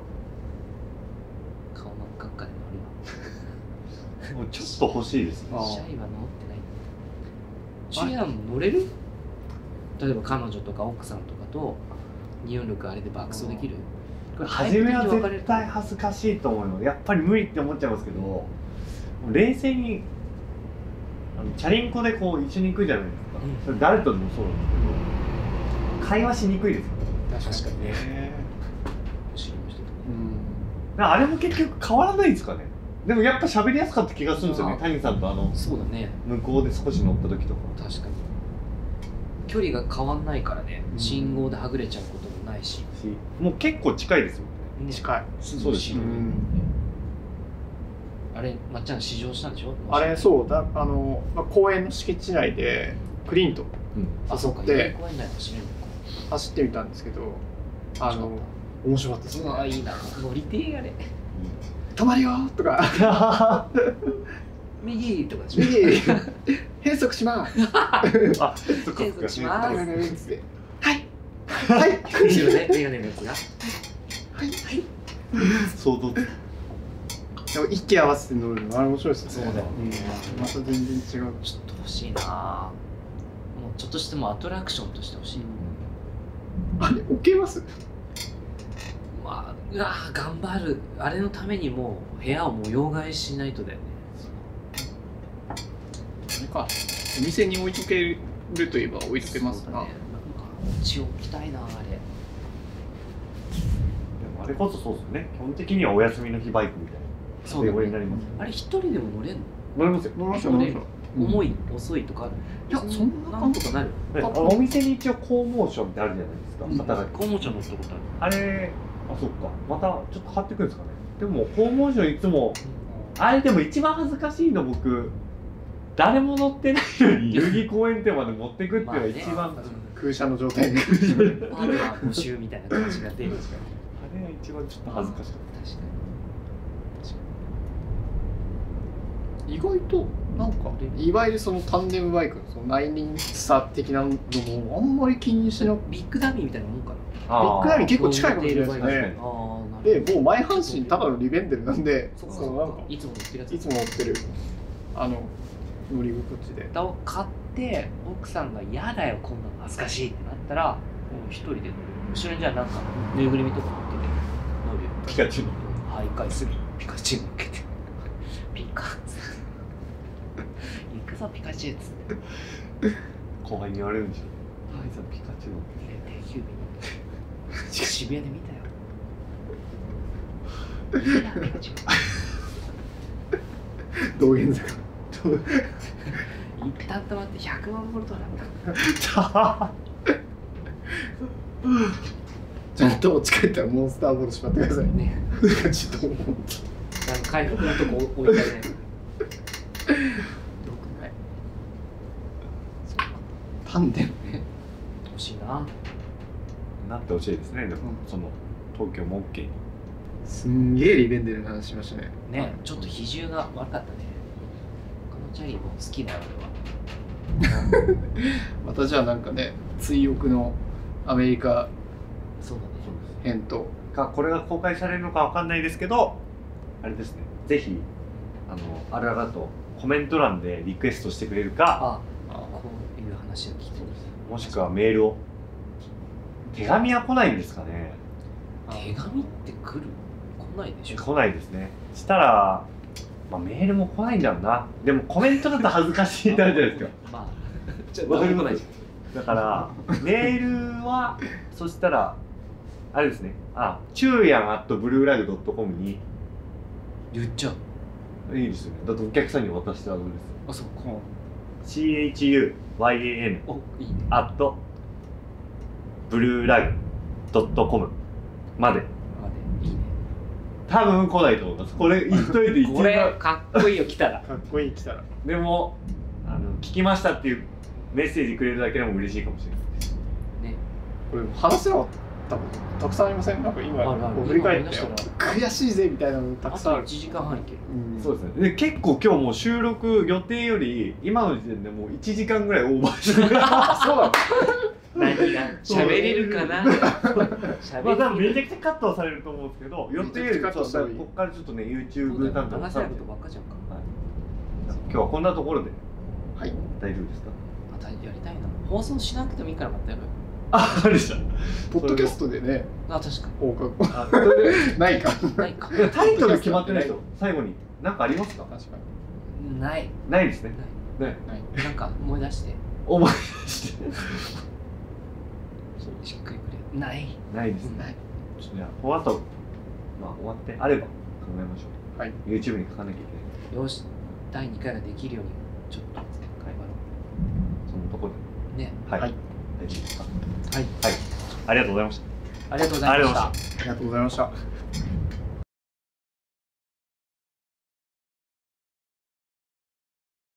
Speaker 1: 顔真っ赤っかで乗るわ
Speaker 2: もうちょっと欲しいですね
Speaker 3: あー
Speaker 1: シャイは治ってないチュヤン乗れる例えば彼女とか奥さんとかと246あれで爆走できるこれ
Speaker 2: 初め
Speaker 1: タ
Speaker 2: は
Speaker 1: イプ的に分
Speaker 2: 絶
Speaker 1: かれ
Speaker 2: 対恥ずかしいと思うよやっぱり無理って思っちゃいますけどもう冷静にあのチャリンコでこう一緒に行くじゃないですか、
Speaker 1: うん
Speaker 2: それ誰とでもそうなんですけど会話しにくいですよ
Speaker 3: 確かにね
Speaker 1: る後ろの人とか
Speaker 3: うん
Speaker 2: だからあれも結局変わらないんですかねでもやっぱ喋りやすかった気がするんですよね
Speaker 1: あ
Speaker 2: 谷さんとあの
Speaker 1: そうだね
Speaker 2: 向こうで少し乗った時とか
Speaker 1: 確かに距離が変わんないからね、
Speaker 3: うん
Speaker 1: 信号ではぐれちゃうこともないし、
Speaker 2: もう結構近いですよね
Speaker 1: ね、
Speaker 3: 近い
Speaker 1: すぐ
Speaker 2: そうです
Speaker 1: 後ろに
Speaker 3: うん
Speaker 1: あれまっちゃん試乗したんでしょ
Speaker 3: あれそうだあの、まあ、公園の敷地内でクリーンと
Speaker 1: あそうか
Speaker 3: 遊んで
Speaker 1: 代々木公園内走れるのか
Speaker 3: 走ってみたんですけどあの
Speaker 1: 面
Speaker 3: 面白かったです
Speaker 1: 白かったうわいいな乗りてえあれ
Speaker 3: 止まるよとか
Speaker 1: 右とかでしょ
Speaker 3: 右変速します
Speaker 2: あそっかそっ
Speaker 1: 継続
Speaker 2: か
Speaker 1: します
Speaker 3: はいはい
Speaker 1: 後ろねメガネのやつが
Speaker 2: 想像つ
Speaker 3: でも息合わせて乗るのあれ面白いですね
Speaker 1: そうだよ
Speaker 3: んまた全然違う
Speaker 1: ちょっと欲しいなぁもうちょっとしてもアトラクションとして欲しい、
Speaker 3: あれ置けます
Speaker 1: まあうわぁ頑張るあれのためにもう部屋を模様替えしないとだよね
Speaker 4: あれかお店に置いとけるといえば置いとけます
Speaker 1: そう
Speaker 4: な
Speaker 1: だねなんか血を置きたいなぁあれ
Speaker 2: でもあれこそそうですよね基本的にはお休みの日バイクみたいな
Speaker 1: そうだ
Speaker 2: カテゴリーに
Speaker 1: ね
Speaker 2: なりますよね
Speaker 1: あれ一人でも乗れんの、
Speaker 2: 乗れますよ
Speaker 3: 乗りましょう
Speaker 1: 乗
Speaker 3: 乗
Speaker 1: れ
Speaker 3: り
Speaker 1: る
Speaker 3: ましょ
Speaker 1: 重い遅いとかある
Speaker 4: いやそんな
Speaker 1: なんとかなる
Speaker 2: ねあのお店に一応公文書ってあるじゃないですか働き
Speaker 1: コウモちゃん乗ったことある
Speaker 2: あれあそっかまたちょっと変わってくるんですかねでも公文書いつもあれでも一番恥ずかしいの僕誰も乗ってないの に代々木公園店まで持ってくっていうのが一番、あ
Speaker 3: う空車の状態で
Speaker 1: パートナー募集みたいな感じが出る確か
Speaker 2: れが一番ちょっと恥ずかしかっ
Speaker 4: 意外となんか
Speaker 3: いわゆるそのタンデムバイクのその内輪差的なのもあんまり気にしなくて
Speaker 1: にビッグダミーみたいなもんかな
Speaker 2: た
Speaker 3: ビッグダミー
Speaker 2: ー
Speaker 3: 結構近いかもしれない
Speaker 2: 確
Speaker 3: で
Speaker 2: かに
Speaker 1: ああな
Speaker 3: すねでもう前半身ただのリベンデルなんで
Speaker 1: そっか
Speaker 3: そうなんか
Speaker 1: いつも乗ってるやつ
Speaker 3: いつも乗ってるあの乗り心地で
Speaker 1: ネタを買って奥さんが「嫌だよこんなの恥ずかしい」ってなったらもう一人で乗る後ろにじゃあなんかぬいぐるみとか乗ってて乗るよ
Speaker 2: ピカチュウの
Speaker 1: 徘徊するピカチュウ乗っけてピカッつって行くぞピカチュウっつって
Speaker 2: 後輩に言われるんでしょはいさピカチュウの
Speaker 1: 定休日に渋谷で見たよ
Speaker 3: 道玄坂
Speaker 1: 一旦止まって100万ボルトだった
Speaker 3: ちゃんと落ち帰ったらモンスターボールしまってくださいね
Speaker 1: ね
Speaker 3: ちょっと思う
Speaker 1: なんか回復のとこ置いてあるね
Speaker 3: よくないパンデムね
Speaker 1: 欲しいな
Speaker 2: なってほしいですねでも、その東京も OK に
Speaker 4: すんげえリベンデルの話しましたね
Speaker 1: ねちょっと比重が悪かったねこのチャリも好きだよ俺は
Speaker 4: またじゃあなんかね追憶のアメリカ
Speaker 1: そうだね
Speaker 4: 編と
Speaker 2: かこれが公開されるのかわかんないですけどあれですねぜひあのあらがとコメント欄でリクエストしてくれるか
Speaker 1: あこういう話を聞いてる
Speaker 2: もしくはメールを手紙は来ないんですかね
Speaker 1: 手紙って来る来ないでしょ
Speaker 2: 来ないですねしたら、まあ、メールも来ないんだろうなでもコメントだと恥ずかしいってあるじゃないですか
Speaker 1: まあ
Speaker 5: じゃ
Speaker 2: わかり
Speaker 5: も
Speaker 2: ますだから、メールは、そしたら、あれですね、あ、ちゅうやん at ブルーラグドットコムに、
Speaker 1: 言っちゃう
Speaker 2: いいですよね。だってお客さんに渡したアドレ
Speaker 1: あそうか
Speaker 2: ス。chuyan
Speaker 1: おいいね
Speaker 2: at ブルーラグドットコムまで。
Speaker 1: までいいね
Speaker 2: 多分来ないと思います。これ言っといて一
Speaker 1: これかっこいいよ来たら
Speaker 3: かっこいい来たら
Speaker 2: でも、あの、聞きましたっていうメッセージくれるだけでも嬉しいかもしれない。
Speaker 3: これ話せなかったことたくさんありませんなんか今
Speaker 1: あるある
Speaker 3: こう振り返って
Speaker 1: 今思い出
Speaker 3: 悔しいぜみたいなのた
Speaker 1: あと
Speaker 3: くさんあ
Speaker 1: 1
Speaker 3: る
Speaker 1: 時間半いける
Speaker 3: うん
Speaker 2: そうですね。で結構今日もう収録予定より今の時点でもう1時間ぐらいオーバーして る。
Speaker 3: そうだ
Speaker 1: 何が喋れるかな
Speaker 2: まあ
Speaker 1: 喋
Speaker 2: 多分
Speaker 1: れ
Speaker 2: め
Speaker 1: る
Speaker 2: ちゃくちゃカットはされると思うんですけど、予定より
Speaker 3: めちゃくちゃカットした
Speaker 2: そ
Speaker 3: ら
Speaker 2: う
Speaker 3: いい
Speaker 2: こっからちょっとね
Speaker 1: そうだ
Speaker 2: YouTube
Speaker 1: よ
Speaker 2: 担当
Speaker 1: 話せ
Speaker 2: した
Speaker 1: ない
Speaker 2: ん
Speaker 1: こ
Speaker 2: で
Speaker 1: とばっかじゃんか
Speaker 2: 今日はこんなところで
Speaker 3: はい
Speaker 2: 大丈夫ですか？
Speaker 1: またやりたいな放送しなくてもいいからまたやろうよ
Speaker 2: あ、わかりました。
Speaker 3: ポッドキャストでね
Speaker 1: あ確か
Speaker 3: 報告
Speaker 2: あそ れで
Speaker 3: ないか
Speaker 1: ない か
Speaker 2: タイトル決まってないと最後に何かありますか？
Speaker 3: 確かに
Speaker 1: ない
Speaker 2: ないですね。
Speaker 1: なんか思い出して
Speaker 2: 思い出して。
Speaker 1: しっくりくれない
Speaker 2: ないです
Speaker 1: ない
Speaker 2: ね。ちょっとじゃあこの後まあ終わってあれば考えましょう。
Speaker 3: はい。
Speaker 2: YouTube に書かなきゃいけない。
Speaker 1: よし第2回ができるようにちょっと頑張ろ
Speaker 2: そのところ
Speaker 1: うね
Speaker 2: で。はい。
Speaker 3: はい
Speaker 2: 大丈夫ですか？
Speaker 1: はい
Speaker 2: ありがとうございました。
Speaker 1: ありがとうございまし
Speaker 2: ありがとうございました
Speaker 1: た
Speaker 3: ありがとうございました